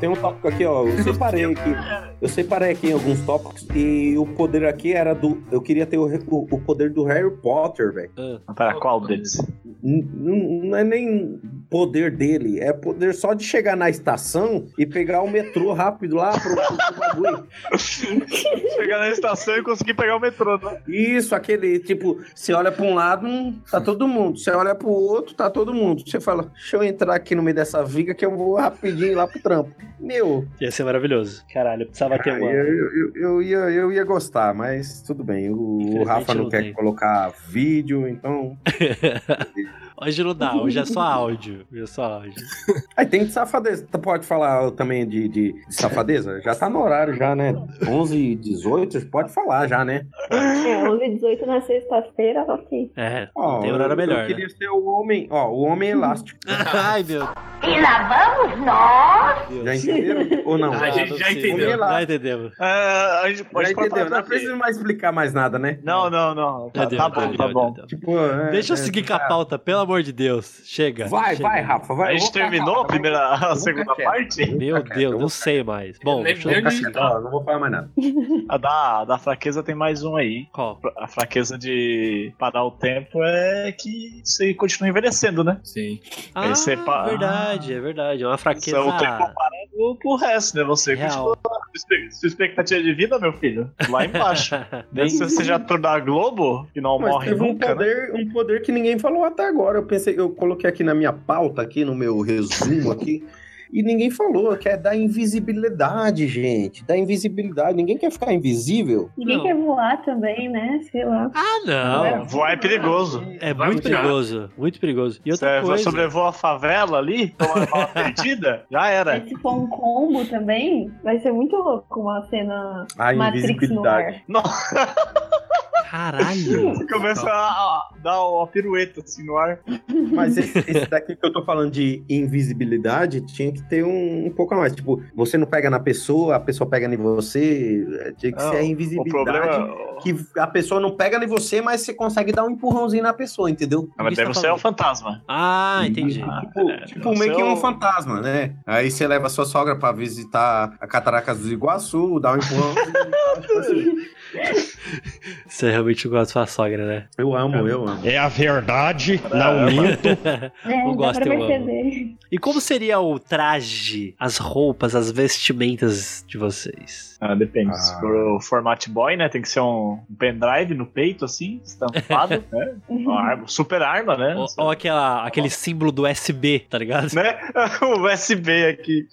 S2: Tem um tópico aqui, ó. Eu separei aqui. Eu separei aqui alguns tópicos e o poder aqui era do. Eu queria ter o, re- o, o poder do Harry Potter, velho.
S4: Para qual deles?
S2: N- n- Não é nem poder dele, é poder só de chegar na estação e pegar o metrô rápido lá pro, pro, pro
S4: Chegar na estação e conseguir pegar o metrô, né?
S2: Isso, aquele tipo, você olha pra um lado, hum, tá todo mundo. Você olha pro outro, tá todo mundo. Você fala, deixa eu entrar aqui no meio dessa viga que eu vou rapidinho lá pro trampo. Meu.
S1: Ia ser maravilhoso. Caralho, eu precisava ter
S2: Ah,
S1: uma.
S2: eu, eu- eu ia, eu ia gostar, mas tudo bem. O, o Rafa não
S1: não
S2: quer
S1: tem.
S2: colocar vídeo, então.
S1: Hoje não dá, hoje é só áudio. Hoje é só áudio.
S2: Aí tem de safadeza. Tu pode falar também de, de- de <laughs> safadeza? Já tá no horário, já, né? 11 e 18, pode falar já, né?
S9: É, 11 e 18 na sexta-feira, ok.
S1: É,
S2: Ó,
S1: tem horário
S2: eu-
S1: melhor, né?
S2: Eu queria ser o homem, ó, o homem elástico.
S1: Ai, meu
S5: E lá vamos nós!
S2: Já entenderam ou <laughs>
S1: Ah,
S2: não?
S3: A gente já entendeu.
S1: Já entendeu.
S4: É, a gente
S2: Já
S4: pode
S2: entendeu, não precisa mais explicar mais nada, né?
S4: Não, não, não. Tá,
S1: Entendeu,
S4: tá bom,
S1: entendeu,
S4: tá bom.
S2: Tipo, é,
S1: Deixa eu
S2: é,
S1: seguir com a pauta, pelo amor de Deus. Chega.
S2: Vai,
S1: chega.
S2: vai, Rafa, vai.
S4: A gente terminou
S2: né?
S4: a primeira, a segunda
S2: quero.
S4: parte?
S1: Meu
S2: Tá, cara, eu
S1: Deus,
S2: vou-
S1: não sei mais. Bom, deixa eu...
S3: lembro-
S2: Não, não vou falar mais nada.
S4: A da, a da fraqueza tem mais um aí. hein?
S1: Qual?
S4: A fraqueza de parar o tempo é que você continua envelhecendo, né?
S3: Sim.
S1: Ah,
S4: Esse é pa-
S1: é verdade, é verdade. É uma fraqueza.
S4: Então, o tempo parado pro resto, né? Você
S1: Real.
S4: continua. Sua expectativa de vida, meu filho, lá embaixo. <laughs> Nem se você já tornar Globo e não
S2: Mas
S4: morre
S2: teve um
S4: nunca, né?
S2: poder, um poder que ninguém falou até agora. Eu pensei, eu coloquei aqui na minha pauta, aqui no meu resumo aqui. E ninguém falou, que é da invisibilidade, gente. Da invisibilidade. Ninguém quer ficar invisível.
S9: Ninguém
S1: Não.
S9: quer voar também, né? Sei lá.
S1: Ah, não.
S4: Voar é perigoso.
S1: É
S3: Vai
S1: muito
S3: virar.
S1: perigoso, muito perigoso. E outra
S4: Você
S1: coisa,
S4: sobrevoa a favela ali, toma uma bala perdida, <laughs> já era.
S9: Mas se for um combo também, vai ser muito louco uma cena
S2: A
S9: Matrix no ar.
S2: <laughs>
S1: caralho.
S4: Começa a a dar uma pirueta assim no ar.
S9: <laughs>
S2: Mas esse, esse daqui que eu tô falando de invisibilidade tinha que ter um, um pouco a mais. Tipo, você não pega na pessoa, a pessoa pega em você. é, Tinha que
S4: Não,
S2: ser a
S4: O
S2: invisibilidade.
S4: problema.
S2: Que a pessoa não pega em você, mas você consegue dar um empurrãozinho na pessoa, entendeu?
S4: Ah, Mas
S1: Isso
S4: deve
S1: tá
S4: ser o
S1: falando.
S4: fantasma. é,
S1: Ah, entendi.
S2: Tipo,
S1: é,
S2: tipo
S4: não
S2: meio que
S4: sei,
S2: um
S4: eu-
S2: fantasma, né? Aí você leva sua sogra pra visitar a Cataracas do Iguaçu, dá um empurrão. Tipo assim,
S1: Você realmente gosta da sua sogra, né?
S2: <laughs>
S1: <laughs>
S2: eu amo, eu amo.
S7: É a verdade, não minto.
S9: É,
S1: Eu
S9: dá
S1: gosto,
S9: pra
S1: eu amo.
S9: perceber.
S1: E como seria o traje, as roupas, as vestimentas de vocês?
S4: Ah, depende.
S2: Ah.
S4: Se for o format boy, né? Tem que ser um pendrive no peito, assim,
S2: <laughs>
S4: estampado, né? Uma arma, super arma, né?
S1: Ou, ou aquela, aquele símbolo do USB, tá ligado?
S4: <laughs> Né? O USB aqui.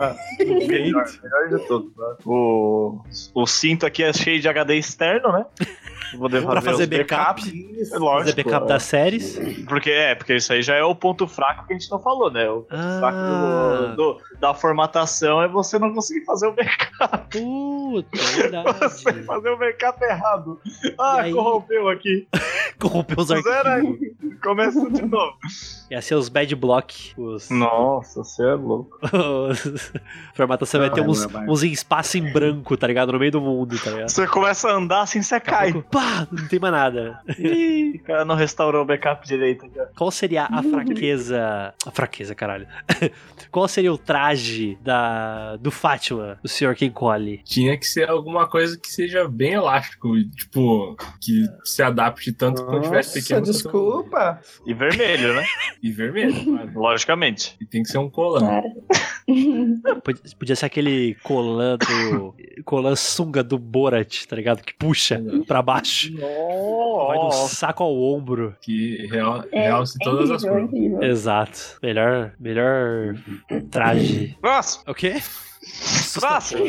S4: Ah, melhor, melhor de tudo. né? O, o cinto aqui é cheio de HD externo, né? Vou
S1: Pra fazer backup.
S4: Isso,
S1: Fazer
S4: lógico.
S1: backup das séries.
S4: Porque é, porque isso aí já é o ponto fraco que a gente não falou, né? O ponto
S1: Ah.
S4: fraco do- do- da formatação é você não conseguir fazer o backup, <laughs>
S1: Puta, é verdade.
S4: fazer o backup errado. Ah,
S1: E aí?
S4: corrompeu aqui.
S1: Corrompeu os
S4: Zero
S1: arquivos.
S4: aí. Começa
S1: <laughs>
S4: de novo.
S1: Ia ser os bad block. Os...
S4: Nossa, você é louco.
S1: os- Formatação vai ter
S2: Vai,
S1: uns,
S2: vai, vai.
S1: uns espaços em branco, tá ligado? No meio do mundo, tá ligado?
S4: Você começa a andar assim, você cai.
S1: Pá, não tem mais nada.
S4: Ih, o cara não restaurou o backup direito. aqui, ó.
S1: Qual seria a
S4: Uhum.
S1: fraqueza. A fraqueza, caralho. <laughs> Qual seria o traje da do Fátima, do senhor que encolhe?
S3: Tinha que ser alguma coisa que seja bem elástico, e, tipo, que se adapte
S1: é
S3: tanto quando tivesse
S2: Nossa,
S3: pequeno. quanto-
S2: desculpa.
S4: E vermelho, né?
S3: E vermelho, claro.
S4: Logicamente.
S3: E tem que ser um colã.
S9: Claro.
S1: Pod- Podia ser aquele colã do. colã sunga do Borat, tá ligado? Que puxa pra baixo. Vai do
S4: Nossa.
S1: saco ao ombro.
S3: Que real,
S9: <laughs> É,
S3: realce
S9: é
S3: todas as
S9: incrível, é
S3: cores.
S9: incrível.
S1: Exato. Melhor. Melhor traje.
S4: Próximo.
S1: É O quê?
S4: Próximo.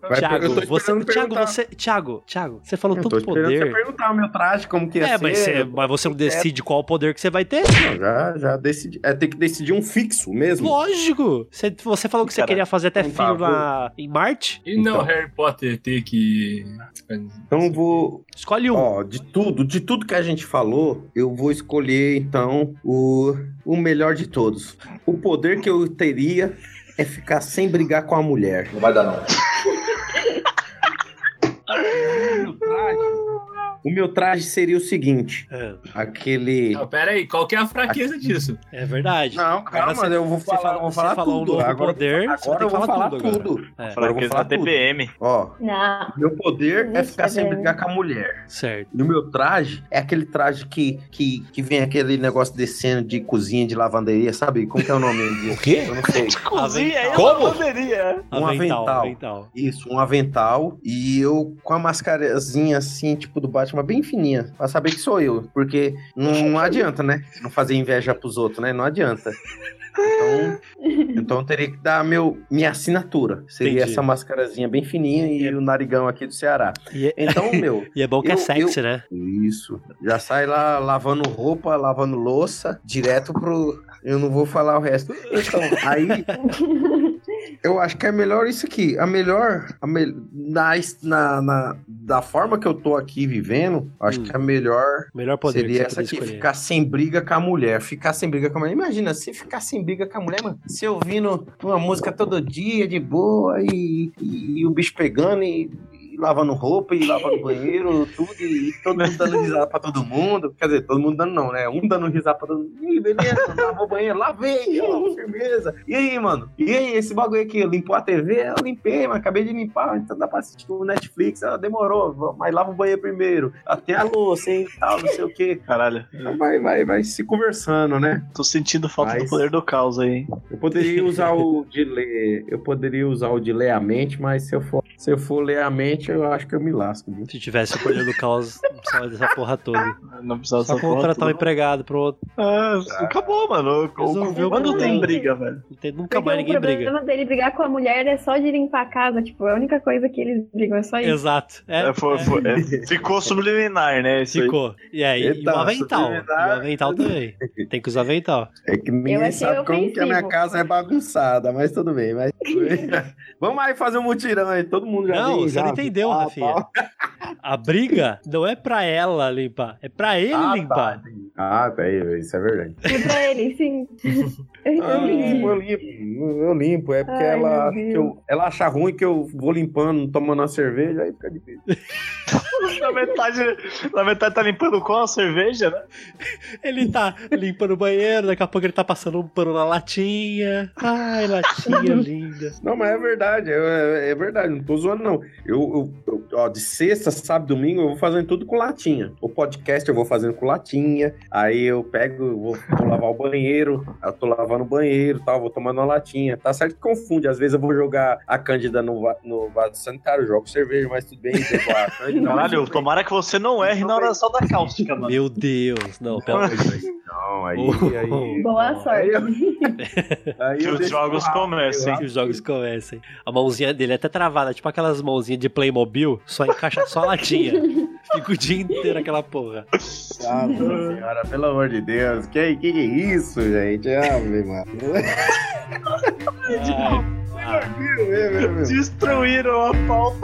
S2: Vai, eu tô
S1: Thiago, você.
S2: esperando
S1: Thiago,
S2: perguntar.
S1: você. Thiago, Thiago, você falou
S2: Eu tô
S1: tanto
S2: esperando você
S1: poder.
S2: perguntar É. o meu traje, como que ia
S1: É,
S2: ser.
S1: mas você, mas você não decide qual poder que você vai ter?
S2: Não, já, já decidi. É, tem que decidir um fixo mesmo.
S1: Lógico! Você, você falou que você
S4: Cara,
S1: queria fazer até
S2: então
S1: filho
S2: tá,
S1: lá em Marte?
S3: E não,
S2: Então.
S3: Harry Potter ter que.
S2: Então eu vou.
S1: Escolhe um.
S2: Ó, de tudo, de tudo que a gente falou, eu vou escolher então o, o melhor de todos. O poder que eu teria é ficar sem brigar com a mulher.
S11: Não vai dar, não.
S2: Meu traje O meu traje seria o seguinte: aquele.
S3: Não, pera aí, qual que é a fraqueza disso?
S1: É verdade.
S2: Não, calma,
S1: Agora você-
S2: eu vou
S1: você
S2: falar,
S1: falou-
S2: eu vou
S1: você
S2: falar
S1: falou um
S2: tudo.
S1: novo
S2: agora
S1: poder,
S2: agora
S1: você tem que
S2: eu vou
S1: falar
S2: falar
S1: tudo
S2: tudo.
S1: agora. É.
S2: Agora eu vou
S4: Fraqueza
S2: falar
S4: da
S2: tudo.
S4: TPM.
S2: Ó,
S9: Não.
S2: meu poder é
S9: Existe
S2: ficar sem
S9: TPM.
S2: brigar com a mulher.
S1: Certo.
S2: E o meu traje é aquele traje que, que, que vem aquele negócio descendo de cozinha, de lavanderia, sabe? Como que é o nome disso?
S11: O quê?
S2: Eu não sei.
S4: Cozinha é
S11: Como?
S4: lavanderia.
S2: Um avental. Isso, um avental. E eu com a mascarazinha assim, tipo do Batman, bem fininha. Pra saber que sou eu. Porque não, não adianta, né? Não fazer inveja pros outros, né? Não adianta. Então, então eu teria que dar meu, minha assinatura. Seria
S1: Entendi.
S2: essa mascarazinha bem fininha e o narigão aqui do Ceará.
S1: E é,
S2: Então, meu.
S1: e é bom que é
S2: eu-
S1: sexy,
S2: eu-
S1: né?
S2: Isso. Já sai lá lavando roupa, lavando louça, direto pro. Eu não vou falar o resto. Então, aí. Eu acho que é melhor isso aqui. A melhor. A me- na, es- na, na- da forma que eu tô aqui vivendo, acho
S1: Hum.
S2: que a melhor.
S1: O melhor poder
S2: Seria
S1: que você
S2: essa
S1: poderia
S2: aqui,
S1: escolher.
S2: ficar sem briga com a mulher. Ficar sem briga com a mulher. Imagina, se ficar sem briga com a mulher, mano. Se ouvindo uma música todo dia, de boa, e, e, e o bicho pegando e, e lavando roupa, e lavando banheiro, <laughs> tudo, e todo mundo dando risada pra todo mundo. Quer dizer, todo mundo dando não, né? Um dando risada pra todo mundo. Ih, beleza, lavou o banheiro, lavei, ó, firmeza. E aí, mano? E aí, esse bagulho aqui, limpou a TV? Eu limpei, mas acabei de limpar, então dá pra assistir o Netflix, ela demorou, vamos- mas lava o banheiro primeiro. Até a louça, hein, tal, não sei o quê.
S4: Caralho,
S2: Vai, vai, vai se conversando, né?
S4: tô sentindo falta
S2: Mas-
S4: do poder do caos aí. hein?
S1: <laughs>
S2: Eu poderia usar o de ler. Eu poderia usar o de ler a mente, mas se eu for, se eu for ler a mente, eu acho que eu me lasco. viu?
S1: Se tivesse o poder do caos, não precisava dessa porra toda.
S4: Não precisava
S1: Só
S4: dessa porra
S1: contratar um
S4: toda.
S1: empregado pro outro.
S4: Ah, acabou, mano. O-
S1: Resolveu
S4: o- Quando
S9: o
S4: tem
S9: problema.
S4: briga, velho?
S1: Não tem- Nunca mais
S9: Porque
S1: ninguém
S9: o
S1: briga.
S9: um problema dele brigar com a mulher é só de limpar a casa. Tipo, é a única coisa que eles brigam, é só isso.
S1: Exato. É,
S4: É, foi-
S1: é,
S4: foi- é, ficou subliminar, né? Isso aí.
S1: ficou. E aí, e o
S2: Então,
S1: avental. E o
S2: subliminar-
S1: avental também. Tem que usar avental.
S2: É que
S9: Eu
S2: ninguém
S9: achei
S2: sabe como que a minha
S9: ofensivo.
S2: casa é bagunçada, mas tudo bem.
S9: <laughs>
S2: Mas... Vamos aí fazer um mutirão aí, todo mundo já
S1: Não,
S2: vem,
S1: você
S2: já
S1: não entendeu,
S2: Ah,
S1: Rafinha. A briga não é pra ela limpar, é pra ele
S2: Ah, tá.
S1: limpar.
S2: Ah, tá aí, isso é verdade.
S9: E pra ele, sim.
S1: <laughs>
S9: É Eu
S2: Eu
S9: entendi.
S2: limpo, eu limpo, eu limpo. É porque
S9: Ai,
S2: ela,
S9: meu Deus.
S2: que eu- ela acha ruim que eu vou limpando, tomando uma cerveja, aí fica difícil.
S4: <laughs> Na metade, na metade tá limpando com a cerveja, né?
S1: Ele tá limpando o banheiro, daqui a pouco ele tá passando um pano na latinha. Ai, latinha linda.
S2: Não, mas é verdade, é, é verdade, não tô zoando, não. Eu, eu- eu- ó, de sexta, sábado, domingo, eu vou fazendo tudo com latinha. O podcast eu vou fazendo com latinha, aí eu pego, eu vou, vou lavar o banheiro, eu tô lavando o banheiro e tal, vou tomando uma latinha. Tá certo que confunde, às vezes eu vou jogar a Cândida no, va- no vaso sanitário, eu jogo cerveja, mas tudo bem, devo a Cândida.
S4: Caralho, tomara que você não erre na hora só da cáustica, mano.
S1: Meu Deus, não, pelo amor de Deus.
S2: Não, aí, aí,
S9: Boa
S2: aí,
S9: sorte.
S2: eu-
S9: <laughs>
S2: aí
S4: Que
S2: eu
S4: os
S2: deixo
S4: jogos
S2: lá,
S4: comecem.
S1: Que os jogos comecem. A mãozinha dele é até travada, tipo aquelas mãozinhas de Playmobil, só encaixa só a latinha. Fica o dia inteiro aquela porra.
S2: Ah, nossa senhora, pelo amor de Deus, que, que que é isso, <laughs> gente? Ah, meu mano.
S1: Ai,
S2: É
S4: Destruíram a pauta.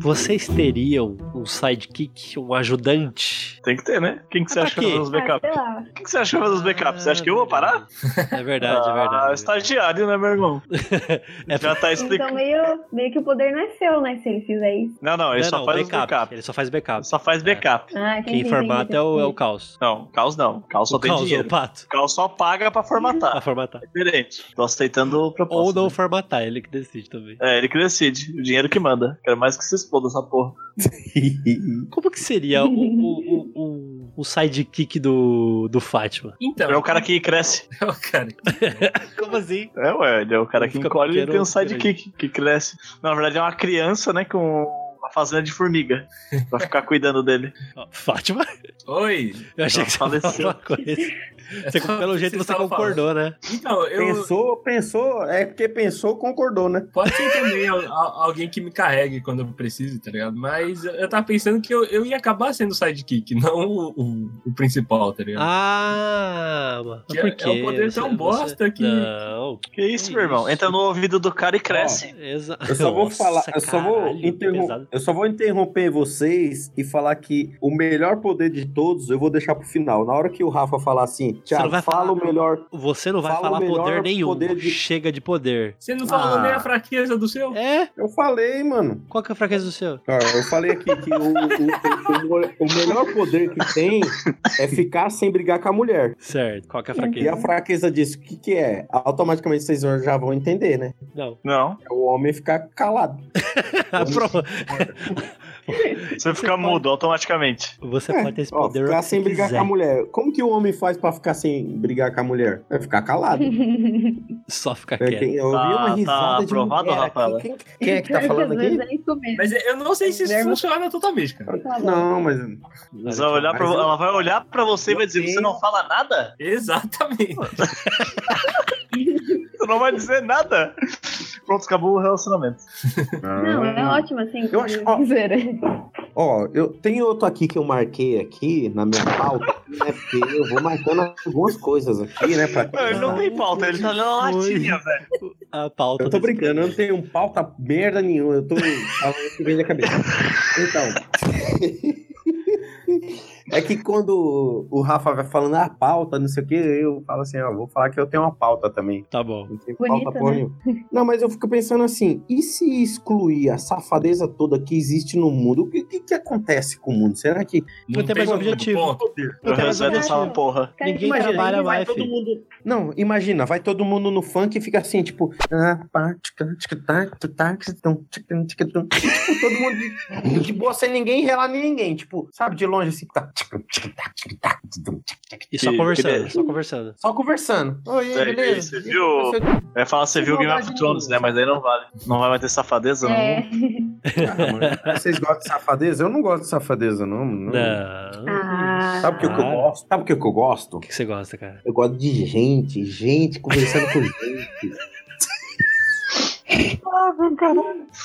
S1: vocês teriam um sidekick, um ajudante?
S4: Tem que ter, né? Quem que você
S1: Pra
S4: acha que
S1: quê?
S4: vai fazer os
S9: Ah,
S4: backups?
S9: sei lá.
S4: Quem que você acha que vai fazer os backups? Você acha que eu vou parar?
S1: É verdade, é
S4: Ah,
S1: verdade.
S4: estagiário, né, meu irmão?
S1: <laughs> É
S4: Já tá
S9: Então
S4: explicando.
S9: meio, meio que o poder não é seu, né? Se ele fizer isso.
S4: Não, não, ele
S1: Não,
S4: só
S1: não,
S4: faz os backup.
S1: Ele só faz
S4: Ele
S1: backup. É.
S4: só faz backup.
S9: Ah, entendi,
S1: Quem formata
S9: entendi.
S1: é o, é o caos.
S4: Não, caos não. Caos só
S1: o
S4: tem
S1: caos ou
S4: dinheiro.
S1: o pato?
S4: Caos só paga pra
S1: Pra
S4: formatar.
S1: formatar.
S4: É diferente. Tô aceitando o propósito.
S1: Ou não formatar, ele que decide também.
S4: É, ele que decide. O dinheiro que manda. Quero mais que se exploda essa porra.
S2: <laughs>
S1: Como que seria o, o, o, o- o sidekick do, do Fátima?
S3: Então, <laughs>
S4: É o cara que cresce.
S3: cara.
S1: Como assim?
S4: É, ué, ele é o cara que
S1: Fica
S4: encolhe e
S1: pequeno,
S4: tem um sidekick que cresce. Na verdade, é uma criança, né, com uma fazenda de formiga. Pra ficar cuidando dele.
S1: Ó, Fátima?
S3: Oi.
S1: Eu achei
S4: Ela
S1: que você falou
S4: faleceu.
S1: uma coisa. Você, pelo jeito
S3: <laughs> Vocês
S1: você
S3: estavam
S1: concordou, né?
S3: falando. Então, eu.
S2: Pensou, pensou, é porque pensou, concordou, né?
S3: Pode ser também al- al- alguém que me carregue quando eu preciso, tá ligado? Mas eu tava pensando que eu, eu ia acabar sendo o sidekick, não o, o- o principal, tá ligado?
S1: Ah, mano.
S3: Que é-
S1: Por quê?
S3: é um poder tão bosta que-
S1: Não.
S4: Que isso,
S1: Que
S4: meu irmão?
S1: isso? É.
S4: Entra no ouvido do cara e cresce.
S1: Exato.
S2: Eu só vou falar, eu só vou
S1: caralho,
S2: interrom-
S1: pesado.
S2: eu só vou interromper vocês e falar que o melhor poder de todos eu vou deixar pro final. Na hora que o Rafa falar assim,
S1: não
S2: Thiago,
S1: vai
S2: fala
S1: falar-
S2: o melhor.
S1: Você não vai
S2: Fala o
S1: falar poder
S2: melhor
S1: nenhum.
S2: poder de-
S1: Chega de poder.
S3: Você não falou
S2: Ah.
S3: nem a fraqueza do seu?
S1: É?
S2: Eu falei, mano.
S1: Qual que é a fraqueza do seu?
S2: Ó, eu falei aqui que o, o- o- o melhor poder que tem é ficar sem brigar com a mulher.
S1: Certo. Qual que é a
S2: E a
S1: fraqueza?
S2: fraqueza disso, o que, que é? Automaticamente vocês já vão entender, né?
S1: Não.
S4: Não.
S2: É o homem ficar calado.
S1: <laughs>
S2: <laughs>
S1: Pronto.
S4: Tá <laughs> Você fica mudo automaticamente.
S1: Você
S2: É,
S1: pode ter esse
S2: ó,
S1: poder.
S2: ficar
S1: que
S2: sem
S1: você
S2: brigar
S1: quiser.
S2: com a mulher. Como que o homem faz pra ficar sem brigar com a mulher? É ficar calado.
S1: Só ficar
S2: É,
S1: quieto.
S2: quem- eu ouvi
S4: Tá-
S2: uma
S4: tá
S2: risada de
S4: aprovado,
S2: mulher
S4: Rafaela?
S2: aqui. Quem, quem
S9: <laughs>
S2: é que tá falando
S9: Às vezes
S2: aqui?
S9: É isso mesmo.
S3: Mas eu não
S1: É
S3: sei se isso
S9: Nervo.
S3: funciona totalmente,
S1: <laughs>
S3: cara.
S9: Tá
S2: Não, mas
S4: Mas vai olhar pra-
S2: Mas eu- um.
S4: ela vai olhar pra você e vai dizer:
S2: Eu
S4: Você não fala nada?
S3: Exatamente.
S4: Você não vai dizer nada. Pronto, acabou o relacionamento.
S9: Não, é ótimo assim.
S2: Eu acho- ó.
S9: dizer.
S2: Ó, eu tem outro aqui que eu marquei aqui na minha pauta, né? Porque eu vou marcando algumas coisas aqui, né? Pra...
S4: Não, ele não tem pauta, ele tá olhando a
S1: Foi.
S4: latinha, velho.
S1: A pauta.
S2: Eu tô
S1: desse-
S2: brincando, eu não tenho pauta merda nenhuma, eu tô falando o que vem na cabeça. Então. É que quando o Rafa vai falando a pauta, não sei o que, eu falo assim, ó, vou falar que eu tenho uma pauta também.
S1: Tá bom.
S2: Não tem
S9: Bonito,
S2: pauta porra
S9: né?
S2: nenhuma. Não, mas eu fico pensando assim, e se excluir a safadeza toda que existe no mundo? O que, que, que acontece com o mundo? Será que.
S1: Não tem mais
S3: como-
S1: objetivo.
S3: Ponto.
S4: Eu
S1: tenho mais
S4: resolvo
S9: nada.
S4: essa porra.
S1: Ninguém
S9: Cara,
S1: trabalha
S9: ele vai-
S1: mais,
S2: todo
S1: filho.
S2: mundo. Não, imagina, vai todo mundo no funk e fica assim, tipo. ah, pá, tchica, tchica, tá, tu, tá, tchica, tum, tchica, tchica, tum. Tipo, todo mundo de- <laughs> de boa sem ninguém relar ninguém. Tipo, sabe, de longe assim. tá, tchica, tchica, tá, tchica, tá, tchica, tum, tchica.
S1: E só
S4: Que-
S1: conversando,
S4: beleza.
S1: só conversando.
S2: Só conversando. Oi,
S4: Aí,
S2: beleza?
S4: você viu?
S2: <laughs>
S4: Vai falar: Você viu o Game of Thrones, né? Mas aí não vale. Não vai mais ter safadeza,
S9: É.
S4: não.
S2: Ah, mano, Vocês gostam de safadeza? Eu não gosto de safadeza, não.
S4: Hum.
S2: não.
S1: Não.
S9: Ah.
S2: Sabe o que, que eu
S1: Ah.
S2: gosto? Sabe o que, que eu gosto?
S1: O que você gosta, cara?
S2: Eu gosto de gente, gente conversando com <laughs> gente.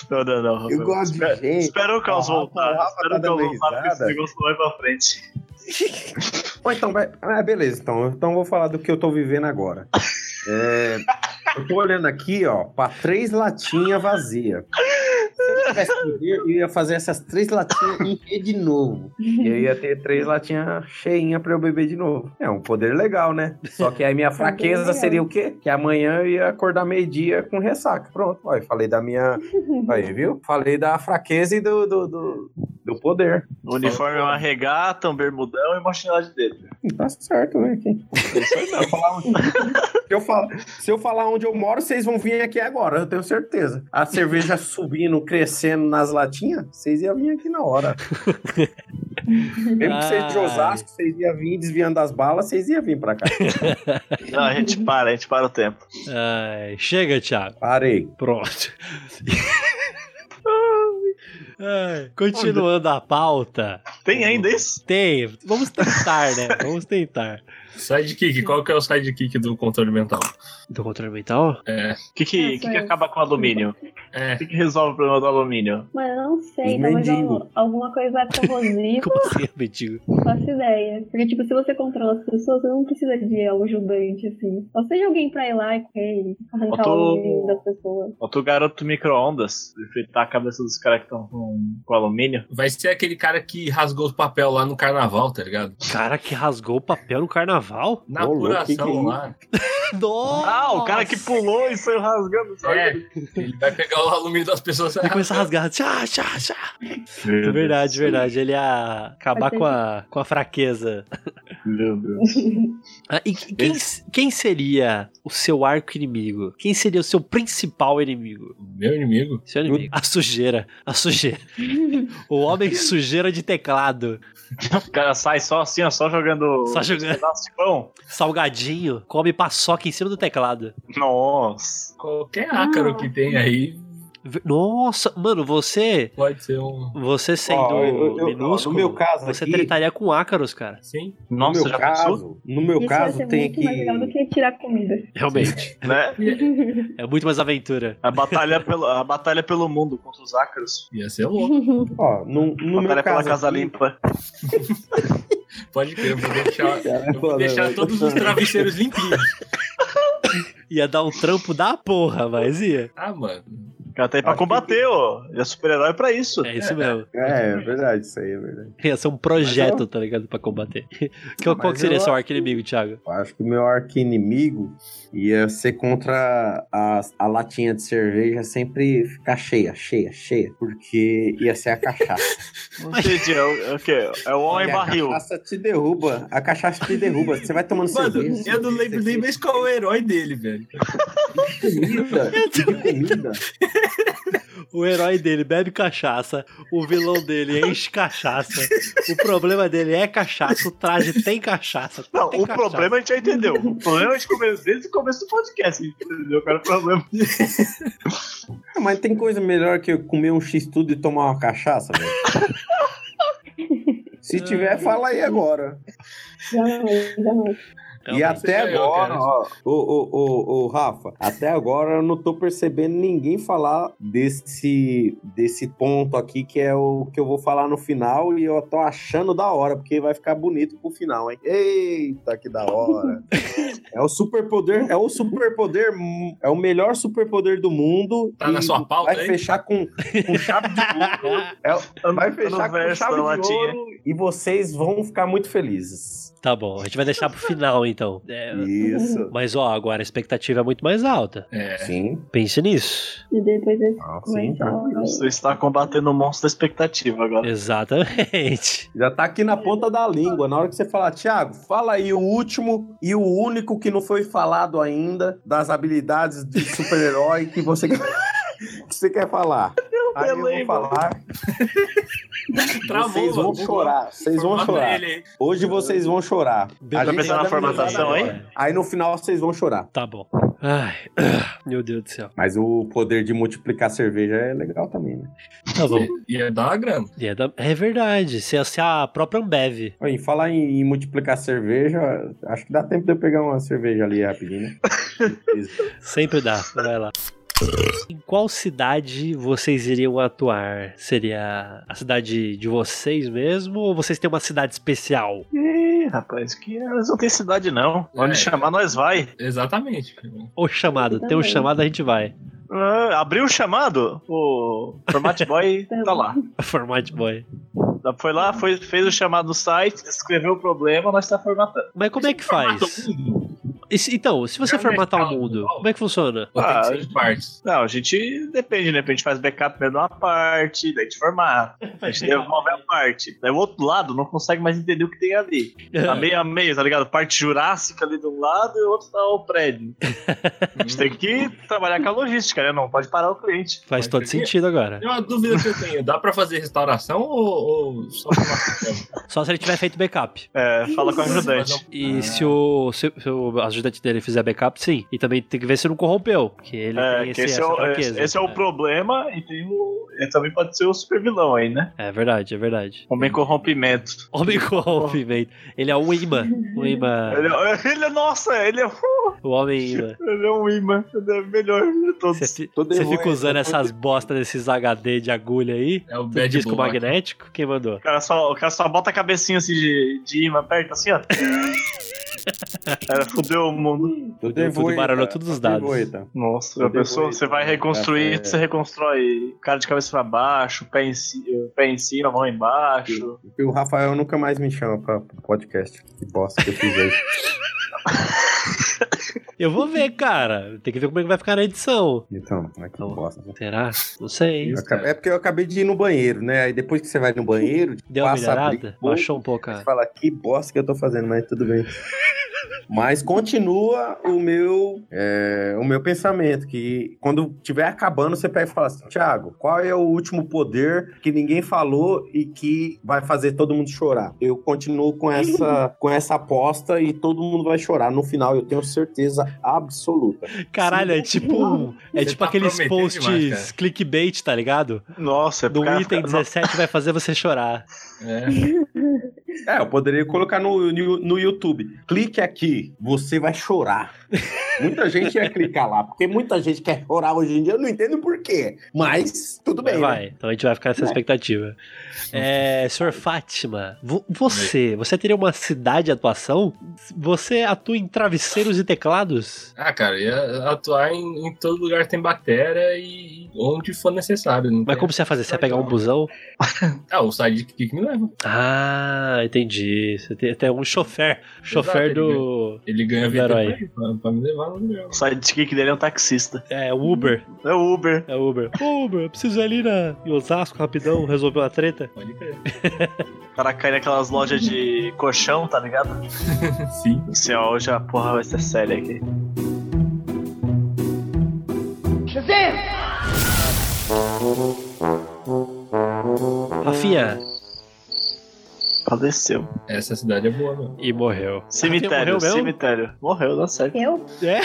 S4: Não, não, não.
S2: Eu
S4: Rafael.
S2: gosto de
S4: Espera-
S2: gente.
S4: Espera o Caos
S2: O Rafa- o
S4: voltar.
S2: Rafa
S4: Espera
S2: tá
S4: o Caos
S2: dando
S4: voltar, porque esse
S2: risada.
S4: negócio não vai pra frente.
S2: Ou então, vai... ah, beleza, então. Então eu vou falar do que eu tô vivendo <laughs> agora. É, Eu tô olhando aqui, ó, pra três latinhas vazias. Se eu tivesse poder, eu ia fazer essas três latinhas encher de novo. E eu ia ter três latinhas cheinhas pra eu beber de novo. É um poder legal, né? Só que aí minha fraqueza
S9: legal.
S2: seria o quê? Que amanhã eu ia acordar meio-dia com ressaca. Pronto, ó, eu falei da minha. Aí, viu? Falei da fraqueza e do, do, do, do poder.
S4: O uniforme é uma regata, um bermudão e uma chinela de dedo.
S2: Tá certo, né? Quem- Eu falar onde- se, eu falar, se eu falar onde eu moro, vocês vão vir aqui agora, eu tenho certeza. A cerveja subindo, crescendo nas latinhas, vocês iam vir aqui na hora. Mesmo que seja de
S1: Ai.
S2: Osasco, vocês iam vir desviando das balas, vocês iam vir pra cá.
S4: Não, a <laughs> gente para, a gente para o tempo.
S1: Ai, chega, Thiago.
S2: Parei.
S1: Pronto. <laughs> Ai, continuando a pauta.
S4: Tem
S2: Uhum.
S4: ainda isso?
S1: Tem. Vamos tentar, né? Vamos tentar.
S3: Sidekick, qual que é o sidekick do controle mental?
S1: Do controle mental?
S3: É.
S4: O que, que,
S9: É,
S4: que, que
S9: foi.
S4: acaba com o alumínio?
S3: É.
S4: O que, que resolve o problema do alumínio?
S9: Mano, eu não sei,
S2: Os
S9: talvez
S2: mendigo.
S9: al- alguma coisa
S2: <laughs>
S9: corrosiva,
S1: Como assim, mendigo?
S9: não faço ideia. Porque, tipo, se você controla as pessoas, você não precisa de um ajudante, assim. Só seja alguém pra ir lá e correr e arrancar
S4: Botou-
S9: o olho das pessoas.
S4: Bota o garoto micro-ondas e fritar a cabeça dos caras que estão com, com alumínio.
S3: Vai ser aquele cara que rasgou os papel lá no carnaval, tá ligado?
S1: Cara que rasgou o papel no carnaval?
S3: Na
S2: Ô, louco, que que é
S3: apuração
S2: isso?
S3: lá.
S1: Nossa!
S4: Ah, o cara que pulou e saiu rasgando.
S3: É, ele vai pegar o alumínio
S1: <laughs>
S3: das pessoas.
S1: Ele começa a rasgar. Tchá, tchá, tchá. Verdade, verdade. Ele ia acabar com a, com a fraqueza.
S4: Meu Deus.
S1: Ah, e que- quem, quem seria o seu arco inimigo? Quem seria o seu principal inimigo?
S3: Meu inimigo.
S1: Seu inimigo. A sujeira. A sujeira. o homem sujeira de teclado.
S4: O cara sai só assim, ó, só jogando.
S1: Só jogando
S4: pedaço de pão.
S1: salgadinho. Come paçoca em cima do teclado.
S4: Nossa.
S3: Qualquer ácaro que tem aí
S1: V- Nossa, mano, você.
S3: pode ser um.
S1: Você sendo
S2: Ó, eu- eu-
S1: minúsculo,
S2: no meu caso
S1: você
S2: aqui-
S1: trataria com ácaros, cara.
S3: Sim.
S2: No
S4: Nossa,
S2: meu
S4: já pensou?
S2: caso, no meu
S9: Isso vai
S2: caso
S9: ser
S2: tem
S9: muito mais legal do
S2: aqui.
S9: que tirar comida.
S1: Realmente.
S4: Né?
S1: É muito mais aventura.
S4: A batalha, pelo, a batalha pelo mundo contra os ácaros.
S3: Ia ser louco.
S2: Ó, no, no meu
S4: batalha pela
S2: caso. assim,
S4: Casa
S2: aqui-
S4: Limpa.
S3: Pode crer, eu vou deixar, eu vou
S2: mano,
S3: deixar
S2: eu-
S3: todos os travesseiros limpinhos.
S1: Ia dar um trampo da porra, mas ia.
S3: Ah, mano.
S4: cara tá aí pra
S2: Acho que-
S4: combater, ó. Ele é super-herói pra isso.
S1: É isso mesmo.
S2: É, é verdade, isso aí é verdade.
S1: Ia ser um projeto, tá ligado? Pra combater. <laughs> Qual, qual que
S2: Mas
S1: seria
S2: eu-
S1: seu arco inimigo, Thiago?
S2: Eu acho que o meu arqui-inimigo ia ser contra a, a latinha de cerveja sempre ficar cheia, cheia, cheia. Porque ia ser a cachaça.
S4: Não entendi, é o, é o quê? É o homem
S2: E
S4: barril.
S2: A cachaça te derruba. A cachaça te derruba. Você vai tomando
S3: Mano,
S2: cerveja.
S3: eu não lembro nem mais qual é o herói dele, velho.
S2: Comida, de comida.
S1: O herói dele bebe cachaça, o vilão dele enche cachaça, o problema dele é cachaça, o traje tem cachaça. tudo
S4: Não,
S1: tem
S4: o
S1: cachaça.
S4: problema é a gente já entendeu. <laughs> O problema a gente começou desde o começo do podcast. a gente Entendeu? Cara, o problema.
S2: Ah, Mas tem coisa melhor que eu comer um X-Tudo e tomar uma cachaça, velho? Se tiver, fala aí agora.
S9: Jamais, jamais.
S2: e
S1: Realmente.
S2: até
S3: sou É, eu,
S2: agora,
S3: cara.
S2: ó, ô, ô, ô, ô, Rafa, até agora eu não tô percebendo ninguém falar desse, desse ponto aqui, que é o que eu vou falar no final, e eu tô achando da hora, porque vai ficar bonito pro final, hein? Eita, que da
S3: <laughs>
S2: hora! é o superpoder, é o superpoder, hum, é o melhor superpoder do mundo.
S3: Tá na
S2: e
S3: sua pauta,
S2: Vai
S3: hein?
S2: fechar com, com chave de
S3: <laughs>
S2: ouro.
S4: tá
S2: É,
S3: Tá
S2: vai fechar com
S4: verso da
S2: chave de
S4: latinha.
S2: ouro e vocês vão ficar muito felizes.
S1: Tá bom, a gente vai deixar pro final então. É,
S2: Isso.
S1: mas ó, agora a expectativa é muito mais alta.
S3: É.
S2: Sim.
S1: Pense nisso.
S9: E depois né? desse
S2: Ah, sim,
S9: coisa,
S2: tá.
S9: ó,
S4: Você está combatendo o monstro da expectativa agora.
S1: Exatamente.
S2: Já tá aqui na ponta da língua. Na hora que você falar, Thiago, fala aí o último e o único que não foi falado ainda das habilidades de super-herói que você quer, <laughs> que você quer falar. Aí eu vou
S4: lembro.
S2: falar.
S3: Travou,
S2: vocês vão
S3: mano.
S2: chorar. Vocês vão
S3: Mata
S2: chorar.
S3: ele aí.
S2: Hoje vocês vão chorar.
S1: Tá
S2: gente
S4: pensando
S2: vai
S4: na
S2: dar uma
S4: formatação
S2: risada
S4: aí?
S2: Aí no final vocês vão chorar.
S1: Tá bom. Ai, meu Deus do céu.
S2: Mas o poder de multiplicar cerveja é legal também, né?
S1: Tá bom.
S3: Ia dar uma grana.
S1: E É, da- é verdade, se se a própria Ambev.
S2: Ó, Em falar em, em multiplicar cerveja, acho que dá tempo de eu pegar uma cerveja ali rapidinho, né?
S1: Sempre dá, vai lá. Em qual cidade vocês iriam atuar? Seria a cidade de vocês mesmo ou vocês têm uma cidade especial?
S4: Ih, rapaz, que elas não tem cidade, não. Onde
S3: É.
S4: chamar, nós vai.
S3: Exatamente.
S1: Ou chamado? Tem um
S9: Exatamente.
S1: chamado, a gente vai. <laughs>
S4: Ah, abriu o chamado, o Format Boy tá lá.
S1: Format boy.
S4: Foi lá, foi, fez o chamado no site, escreveu o problema, nós tá formatando.
S1: Mas como é que faz? E se- Então, se você
S3: Já
S1: formatar o
S3: mercado,
S1: mundo,
S3: não.
S1: como é que funciona?
S4: Ah,
S3: Ah, tem que ser em partes.
S4: Não, a gente depende, né? A gente faz backup primeiro de uma parte, daí a gente formata. A gente devolve a parte. Daí o outro lado não consegue mais entender o que tem ali. Tá meio a meio, tá ligado? Parte jurássica ali de um lado e o outro tá o prédio. <laughs> A gente tem que trabalhar com a logística, né? Não pode parar o cliente.
S1: Faz todo
S3: Mas seria-
S1: sentido agora.
S3: Tem uma dúvida que eu tenho. Dá pra fazer restauração ou, ou só formação?
S1: Só se ele tiver feito backup.
S4: É, fala com o
S3: Mas não-
S4: ajudante.
S1: E se, o, se, se o ajudante dele fizer backup, sim. E também tem que ver se não corrompeu. Porque ele
S4: É,
S1: tem
S4: que
S1: esse,
S4: esse,
S1: essa
S4: é o,
S1: fraqueza. né?
S4: esse- esse é o problema e tem o. Ele também pode ser o super vilão aí, né?
S1: É verdade, é verdade.
S4: Homem corrompimento.
S1: <laughs> Homem corrompimento. Ele é um imã. Um imã.
S4: Ele, é- <laughs> ele é- nossa, ele é,
S1: O homem imã.
S4: ele é um imã. Ele é o melhor de todos.
S1: Você <laughs> fi-
S2: Todo
S1: você
S2: erro
S1: fica
S2: é-
S1: usando essas bostas desses HD de agulha aí?
S3: É o
S1: Do
S3: Bad
S1: disco
S3: Boy.
S1: magnético? Quem mandou?
S4: O cara, só, o cara só bota a cabecinha assim de, de imã perto, assim, ó. Cara, fudeu o mundo.
S2: Tudo
S1: Tudo baralhou todos os dados.
S4: Nossa, né? a pessoa, você vai reconstruir,
S2: Cara, é.
S4: você reconstrói cara de cabeça pra baixo, pé em, ci- pé em cima, mão embaixo.
S2: E o Rafael nunca mais me chama pra pro podcast. Que bosta que eu fiz aí. <laughs>
S1: Eu vou ver, cara. Tem que ver como é que vai ficar na edição.
S2: Então, mas
S1: Tá
S2: que bosta. né?
S1: Será? Não sei.
S2: Eu acabei- é porque eu acabei de ir no banheiro, né? Aí depois que você vai no banheiro,
S1: Deu uma
S2: passa a abrir
S1: melhorada?
S2: um pouco,
S1: Baixou um pouco
S2: Você
S1: a.
S2: fala, que bosta que eu tô fazendo, mas tudo bem. Mas continua o meu, é, o meu pensamento, que quando tiver acabando, você pega e fala assim, Thiago, qual é o último poder que ninguém falou e que vai fazer todo mundo chorar? Eu continuo com essa, com essa aposta e todo mundo vai chorar. No final, eu tenho certeza absoluta.
S1: Caralho, é tipo. um- É
S3: Você
S1: tipo
S3: tá
S1: aqueles
S3: prometendo
S1: posts
S3: demais, cara.
S1: clickbait, tá ligado?
S4: Nossa, é
S1: Do
S4: cara,
S1: item 17 vai fazer você chorar.
S3: É.
S2: É, eu poderia colocar no, no, no YouTube. Clique aqui, você vai chorar. muita gente ia clicar lá, porque muita gente quer chorar hoje em dia, eu não entendo por quê. Mas tudo
S1: Mas
S2: bem.
S1: vai,
S2: né?
S1: então a gente vai ficar nessa
S2: Vai.
S1: expectativa. É, Sr. Fátima, vo- você, você teria uma cidade de atuação? Você atua em travesseiros e teclados?
S3: Ah, cara, ia atuar em, em todo lugar que tem bactéria e, onde for necessário. não
S1: Mas
S3: tem-
S1: como você vai fazer? Você vai pegar um busão?
S3: Ah, o sidekick me leva.
S1: Ah, entendi. Você tem até um chofer. Chofer
S3: Exato,
S1: do.
S3: Ele ganha
S1: do
S3: vida
S1: herói.
S3: pra, pra me levar no lugar.
S4: O sidekick dele é um taxista.
S1: É, o Uber.
S4: É o Uber.
S1: É o Uber. Ô, Uber, eu preciso ir ali na... em Osasco rapidão, resolver uma treta.
S3: Pode crer. <laughs>
S4: O cara cai naquelas lojas de colchão, tá ligado?
S3: Sim.
S4: Assim, ó, hoje a porra vai ser séria aqui.
S1: Rafinha.
S4: Faleceu.
S3: Essa cidade é boa, mano.
S1: E morreu.
S4: Cemitério,
S1: morreu mesmo?
S4: cemitério. Morreu, dá certo.
S9: Eu?
S1: É?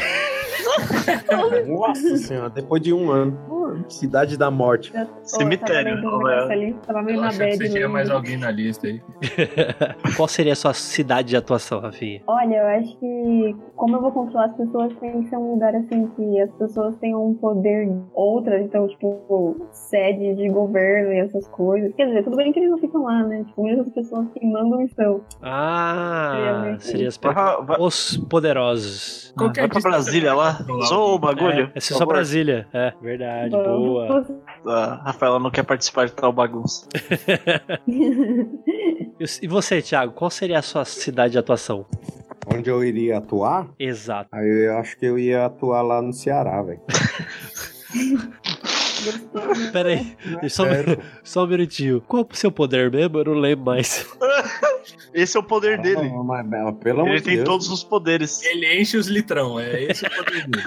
S2: Nossa senhora, depois de um ano. Pô, Cidade da Morte.
S9: Eu- eu
S4: Cemitério,
S9: Tava meio
S4: não é?
S9: doente ali, tava meio
S3: Eu
S9: na
S3: achava que você
S9: bad.
S3: tinha
S9: mesmo.
S3: mais alguém na lista aí.
S1: Qual seria a sua cidade de atuação, Rafinha?
S9: Olha, eu acho que como eu vou controlar as pessoas, tem que ser um lugar assim que as pessoas tenham um poder outra, então, tipo, sede de governo e essas coisas. Quer dizer, tudo bem que eles não ficam lá, né? Tipo, mesmo as pessoas que mandam estão.
S1: Ah,
S9: Seria-
S1: seria as
S4: Vai,
S1: pe-
S4: vai, vai
S1: Os poderosos.
S3: Qual que é a
S4: pra
S3: distância
S4: Brasília lá.
S3: pra colar
S4: Zoa o
S3: alguém?
S4: bagulho.
S1: É, essa é
S4: por
S1: só
S4: favor.
S1: Brasília. É, verdade,
S9: Tipo,
S1: boa.
S4: Ah, Rafaela não quer participar de tal bagunça.
S1: E você, Thiago, qual seria a sua cidade de atuação?
S2: Onde eu iria atuar?
S1: Exato.
S2: Aí eu acho que eu ia atuar lá no Ceará, velho.
S1: Pera aí, <laughs> só, um- só um minutinho. Qual é o seu poder mesmo? Eu não lembro mais.
S4: Esse é o poder dele.
S2: Não, mas, mas, Ah, pelo amor
S4: Ele
S2: de
S4: tem
S2: Deus.
S4: todos os poderes.
S3: Ele enche os litrão, é <laughs> esse o poder dele.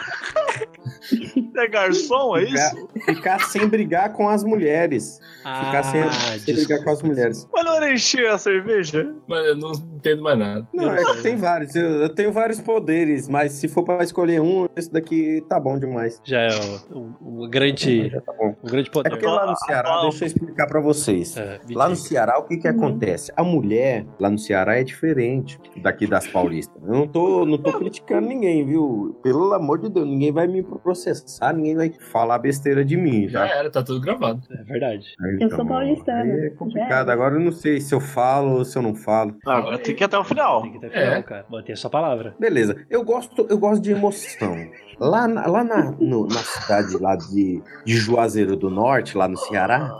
S4: É garçom, é isso?
S2: Ficar, ficar sem brigar com as mulheres. Ficar sem,
S1: Ah,
S2: sem brigar com as mulheres.
S4: Mas não era encher a cerveja?
S3: Mano, eu não entendo mais nada.
S2: Não, é que tem vários. Eu, eu tenho vários poderes, mas se for pra escolher um, esse daqui tá bom demais.
S1: Já é um, um- um grande,
S2: Já tá bom.
S1: um grande
S2: É
S1: poder.
S2: porque lá no Ceará,
S4: Ah,
S2: deixa eu explicar pra vocês.
S1: É, me
S2: Lá no
S1: diga.
S2: Ceará, o que que acontece? A mulher lá no Ceará é diferente daqui das paulistas. Eu não tô, não tô criticando ninguém, viu? Pelo amor de Deus, ninguém vai me processar, ninguém vai falar besteira de mim,
S3: Já
S2: tá?
S3: era, tá tudo gravado.
S1: É verdade.
S2: Aí,
S9: Eu sou
S2: então,
S9: paulistana.
S2: aí É complicado. Agora eu não sei se eu falo ou se eu não falo.
S4: Não, agora tem que ir até o final.
S1: Tem que ter final,
S3: É.
S1: cara. Mantenha a sua palavra.
S2: Beleza. Eu gosto, eu gosto de emoção. Lá, na- lá na, no- na cidade lá de, de Juazeiro do Norte, lá no Ceará,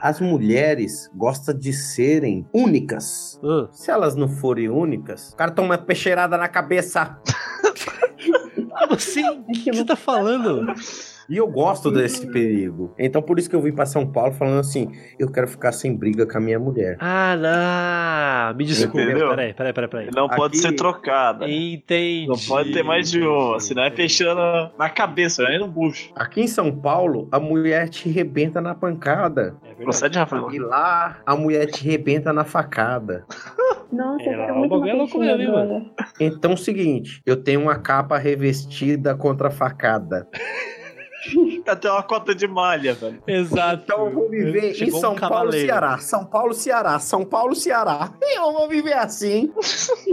S2: as mulheres gostam de serem únicas.
S1: Hum.
S2: Se elas não forem únicas, o cara toma uma peixeirada na cabeça.
S1: Como assim? O que que você tá falando?
S2: E eu gosto desse perigo. Então por isso que eu vim pra São Paulo falando assim: eu quero ficar sem briga com a minha mulher.
S1: Ah, não. Me desculpa.
S4: Entendeu?
S1: Peraí, peraí, peraí, peraí.
S4: Ele não pode
S2: Aqui-
S4: ser trocada.
S1: Entendi.
S4: Não pode ter mais de uma, senão é peixeira na, na cabeça, aí no bucho.
S2: Aqui em São Paulo, a mulher te rebenta na pancada.
S1: É verdade.
S4: Procede, Rafael?
S2: E lá, a mulher te rebenta na facada.
S9: Nossa,
S1: É,
S9: eu
S1: lá,
S9: quero
S1: o
S9: muito
S1: bagulho é
S9: uma
S1: louco
S9: peixinha
S1: mesmo, hein,
S9: agora.
S2: Então é o seguinte: eu tenho uma capa revestida contra a facada.
S4: tá Até uma cota de malha, velho.
S1: Exato.
S2: Então eu vou viver
S1: Chegou
S2: em
S1: um
S2: São Paulo,
S1: cavaleiro.
S2: Ceará. São Paulo, Ceará. São Paulo, Ceará. <laughs> Eu vou viver assim.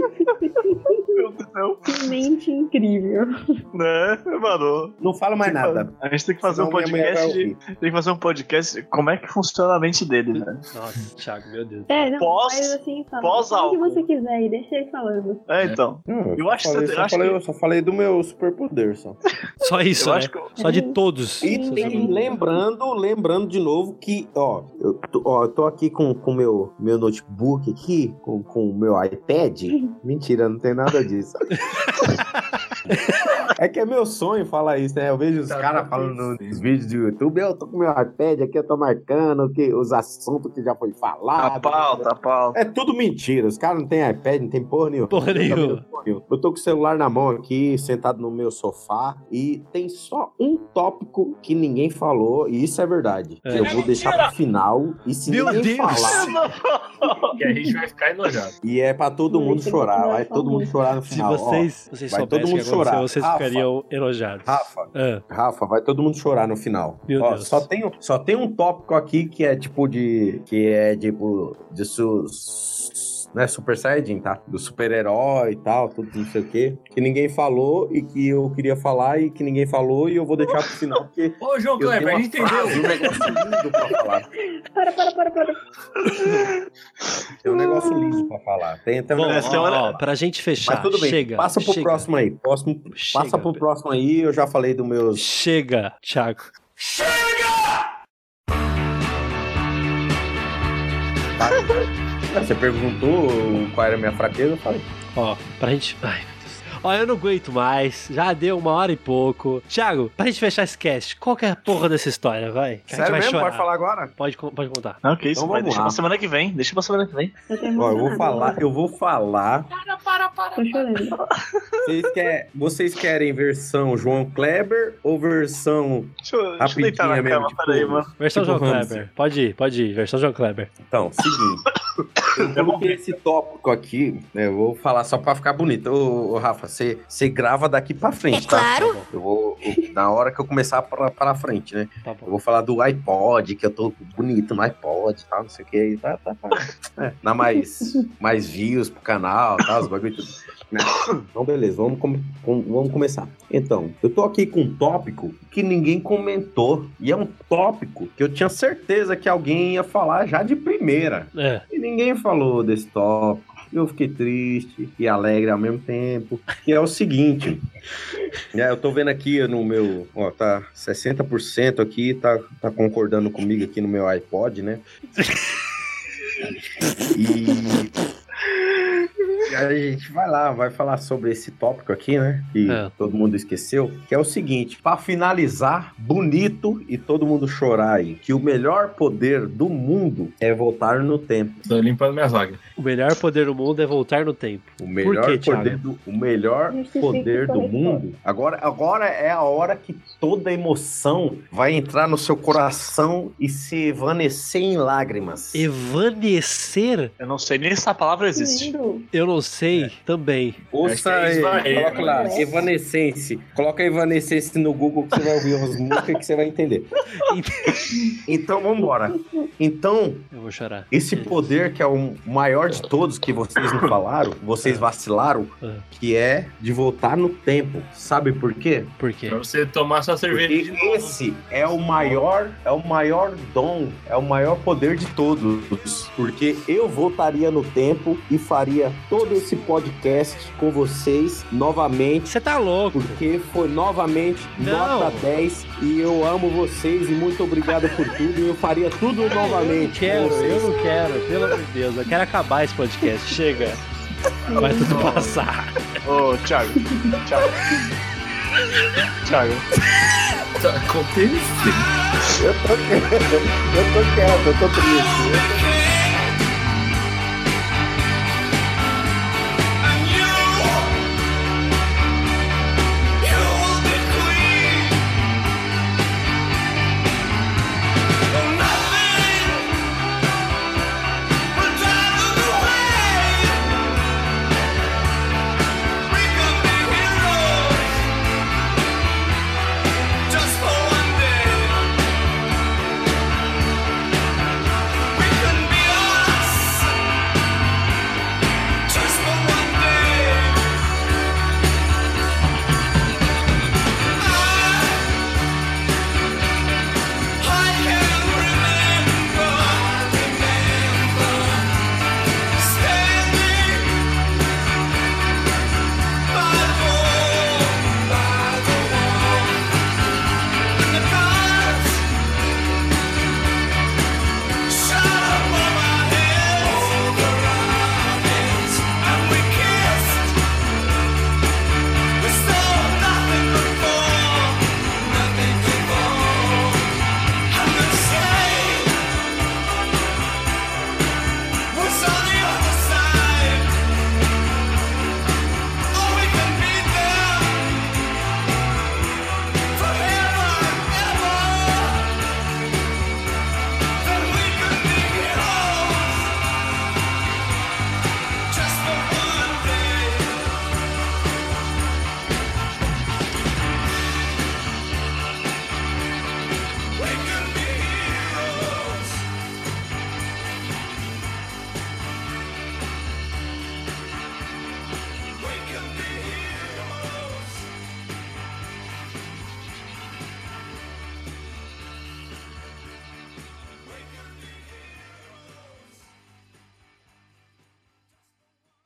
S4: Meu
S9: <laughs>
S4: Deus, do
S9: Que mente incrível.
S4: céu. né, mano?
S2: Não falo mais nada.
S4: A gente tem que fazer um
S2: Senão minha mulher vai
S4: podcast de,
S2: ouvir.
S4: Tem que fazer um podcast de como é que funciona a mente dele, né? velho.
S1: Nossa, Thiago, meu Deus.
S9: É, não,
S4: Pós-
S9: faz assim, fala.
S4: pós
S9: o que
S4: álcool.
S9: você quiser aí, deixa ele falando.
S4: É, então.
S2: Não,
S4: Eu
S2: só
S4: acho que
S2: falei-
S4: você- eu
S2: só
S4: acho
S2: falei-
S4: que-
S2: eu só falei do meu superpoder só.
S1: Só isso,
S4: eu
S1: né?
S4: acho que eu-
S1: Só de todos.
S2: Uhum. E
S1: Só
S2: tem-
S1: sabe-
S2: lembrando, lembrando de novo que, ó, eu tô, ó, eu tô aqui com com o meu, meu notebook aqui, com com o meu iPad. Mentira, não tem nada disso. É que é meu sonho falar isso, né? Eu vejo os
S3: Tá,
S2: caras
S3: tá
S2: falando
S3: bem.
S2: nos vídeos do YouTube, eu tô com meu iPad aqui, eu tô marcando o que, os assuntos que já foi falado.
S4: A pauta, a pauta.
S2: É tudo mentira, os caras não têm iPad, não tem porra nenhuma.
S1: Porra nenhuma.
S2: Tá Eu eu tô com o celular na mão aqui, sentado no meu sofá, e tem só um tópico que ninguém falou, e isso é verdade.
S1: É.
S2: Eu vou deixar pro final, e se
S1: Meu Deus!
S2: ninguém
S4: <laughs>
S2: falar,
S3: E a gente vai ficar enojado.
S2: e é pra todo
S9: Mas
S2: mundo
S9: você
S2: chorar,
S9: vai
S2: vai
S9: falar
S2: todo mundo chorar no
S1: Se
S2: final. ó.
S1: vocês, vocês
S2: vai
S1: soubessem o
S2: todo
S1: que
S2: mundo
S1: aconteceu,
S2: chorar.
S1: vocês
S2: Rafa.
S1: ficariam enojados.
S2: Rafa,
S1: Ah,
S2: Rafa, vai todo mundo chorar no final.
S1: Meu
S2: Ó,
S1: Deus.
S2: Só tem, um- só tem um tópico aqui que é tipo de. Que é tipo. De su, su- né, Super Saiyajin, tá? Do super-herói e tal, tudo não sei o quê. Que ninguém falou e que eu queria falar e que ninguém falou e eu vou deixar pro final
S1: <laughs>
S2: porque.
S3: Ô, João
S2: Eu tenho
S3: Kleber, a
S2: uma
S3: gente entendeu.
S2: frase, um negócio lindo pra falar.
S9: Para, para, para, para.
S2: Tem um negócio lindo pra falar. Tem, tem um
S1: bom,
S2: negócio-
S4: essa hora-
S1: ó, ó, Então, é, pra gente fechar,
S2: Mas tudo bem.
S1: chega.
S2: passa pro
S1: chega,
S2: próximo aí. Próximo,
S1: Chega,
S2: passa pro próximo aí. Eu já falei dos meus
S1: Chega, Thiago.
S5: Chega!
S2: fraco. Você perguntou qual era a minha fraqueza, eu falei.
S1: Ó, pra gente. Ai. Ó, eu não aguento mais. Já deu uma hora e pouco. Thiago, pra gente fechar esse cast, qual que é a porra dessa história, vai? Que a gente
S11: Sério
S1: vai
S11: mesmo?
S1: chorar.
S11: Pode falar agora?
S1: Pode, con- pode contar.
S4: Não, que Ah, isso,
S1: Então
S4: pai.
S1: vamos
S4: Deixa
S1: lá.
S4: pra semana que vem. Deixa pra semana que vem.
S2: Ó, eu vou falar, eu vou falar.
S9: Para, para, para. Tô chorando.
S2: Vocês, quer- vocês querem versão João Kleber ou versão
S4: Deixa eu, deixa eu
S2: rapidinha
S4: deitar na
S2: é mesmo?
S4: cama, peraí, mano.
S1: Versão
S2: Tipo
S1: João
S2: Ramsey.
S1: Kleber. Pode ir, pode ir. Versão João Kleber.
S2: Então, seguinte. Eu coloquei esse tópico aqui, né? Eu vou falar só pra ficar bonito. Ô, ô, Rafa, você você grava daqui pra frente, tá? Claro. Eu vou. eu- na hora que eu começar pra, pra frente, né?
S1: Tá
S2: Eu vou falar do iPod, que eu tô bonito no iPod e tal, não sei o que. aí Tá, tá, tá. É, dá mais, mais views pro canal e tal, os bagulho tudo. né? Então, beleza, vamos, com- com- vamos começar. Então, eu tô aqui com um tópico que ninguém comentou. E é um tópico que eu tinha certeza que alguém ia falar já de primeira.
S1: É.
S2: E ninguém falou desse tópico. Eu fiquei triste e alegre ao mesmo tempo. E é o seguinte. né, eu tô vendo aqui no meu. Ó, tá 60% aqui, tá, tá concordando comigo aqui no meu iPod, né? E. e a gente vai lá, vai falar sobre esse tópico aqui, né? Que todo mundo esqueceu. Que é o seguinte: pra finalizar, bonito e todo mundo chorar aí, que o melhor poder do mundo é voltar no tempo.
S3: Tô limpando minha zaga.
S1: O melhor poder do mundo é voltar no tempo.
S2: O melhor
S1: Por quê, Thiago?
S2: poder do, o melhor
S9: Justifique
S2: poder
S9: sua
S2: do
S9: resposta.
S2: mundo. Agora, agora é a hora que toda emoção vai entrar no seu coração e se evanescer em lágrimas.
S1: Evanescer?
S4: Eu não sei nem se essa palavra existe.
S9: Lindo.
S1: Eu não sei também.
S2: Ouça
S4: Acho que é
S2: aí,
S4: isso aí,
S2: coloca
S9: mas-
S2: lá, Evanescence. Coloca Evanescence no Google que você vai ouvir umas <laughs> músicas que você vai entender. <laughs> Então, vambora. Então,
S1: Eu vou chorar.
S2: esse poder que é o maior de todos que vocês não falaram, vocês vacilaram,
S1: Ah.
S2: que é de voltar no tempo. Sabe por quê?
S1: Por quê?
S3: Pra você tomar sua cerveja de
S2: Porque
S3: novo.
S2: esse é o maior, é o maior dom, é o maior poder de todos. Porque eu voltaria no tempo e faria todo esse podcast com vocês novamente.
S1: Você tá louco.
S2: Porque foi novamente
S1: Não.
S2: nota 10 e eu amo vocês e muito obrigado por tudo. E eu faria tudo
S1: Eu
S2: novamente.
S1: não
S2: com
S1: quero,
S2: vocês.
S1: eu não quero. Pelo amor de Deus, eu quero acabar esse podcast. Chega. Vai tudo passar.
S4: Ô, Thiago. Thiago. Thiago.
S3: Tá, contei.
S2: Eu tô quieto, eu tô triste.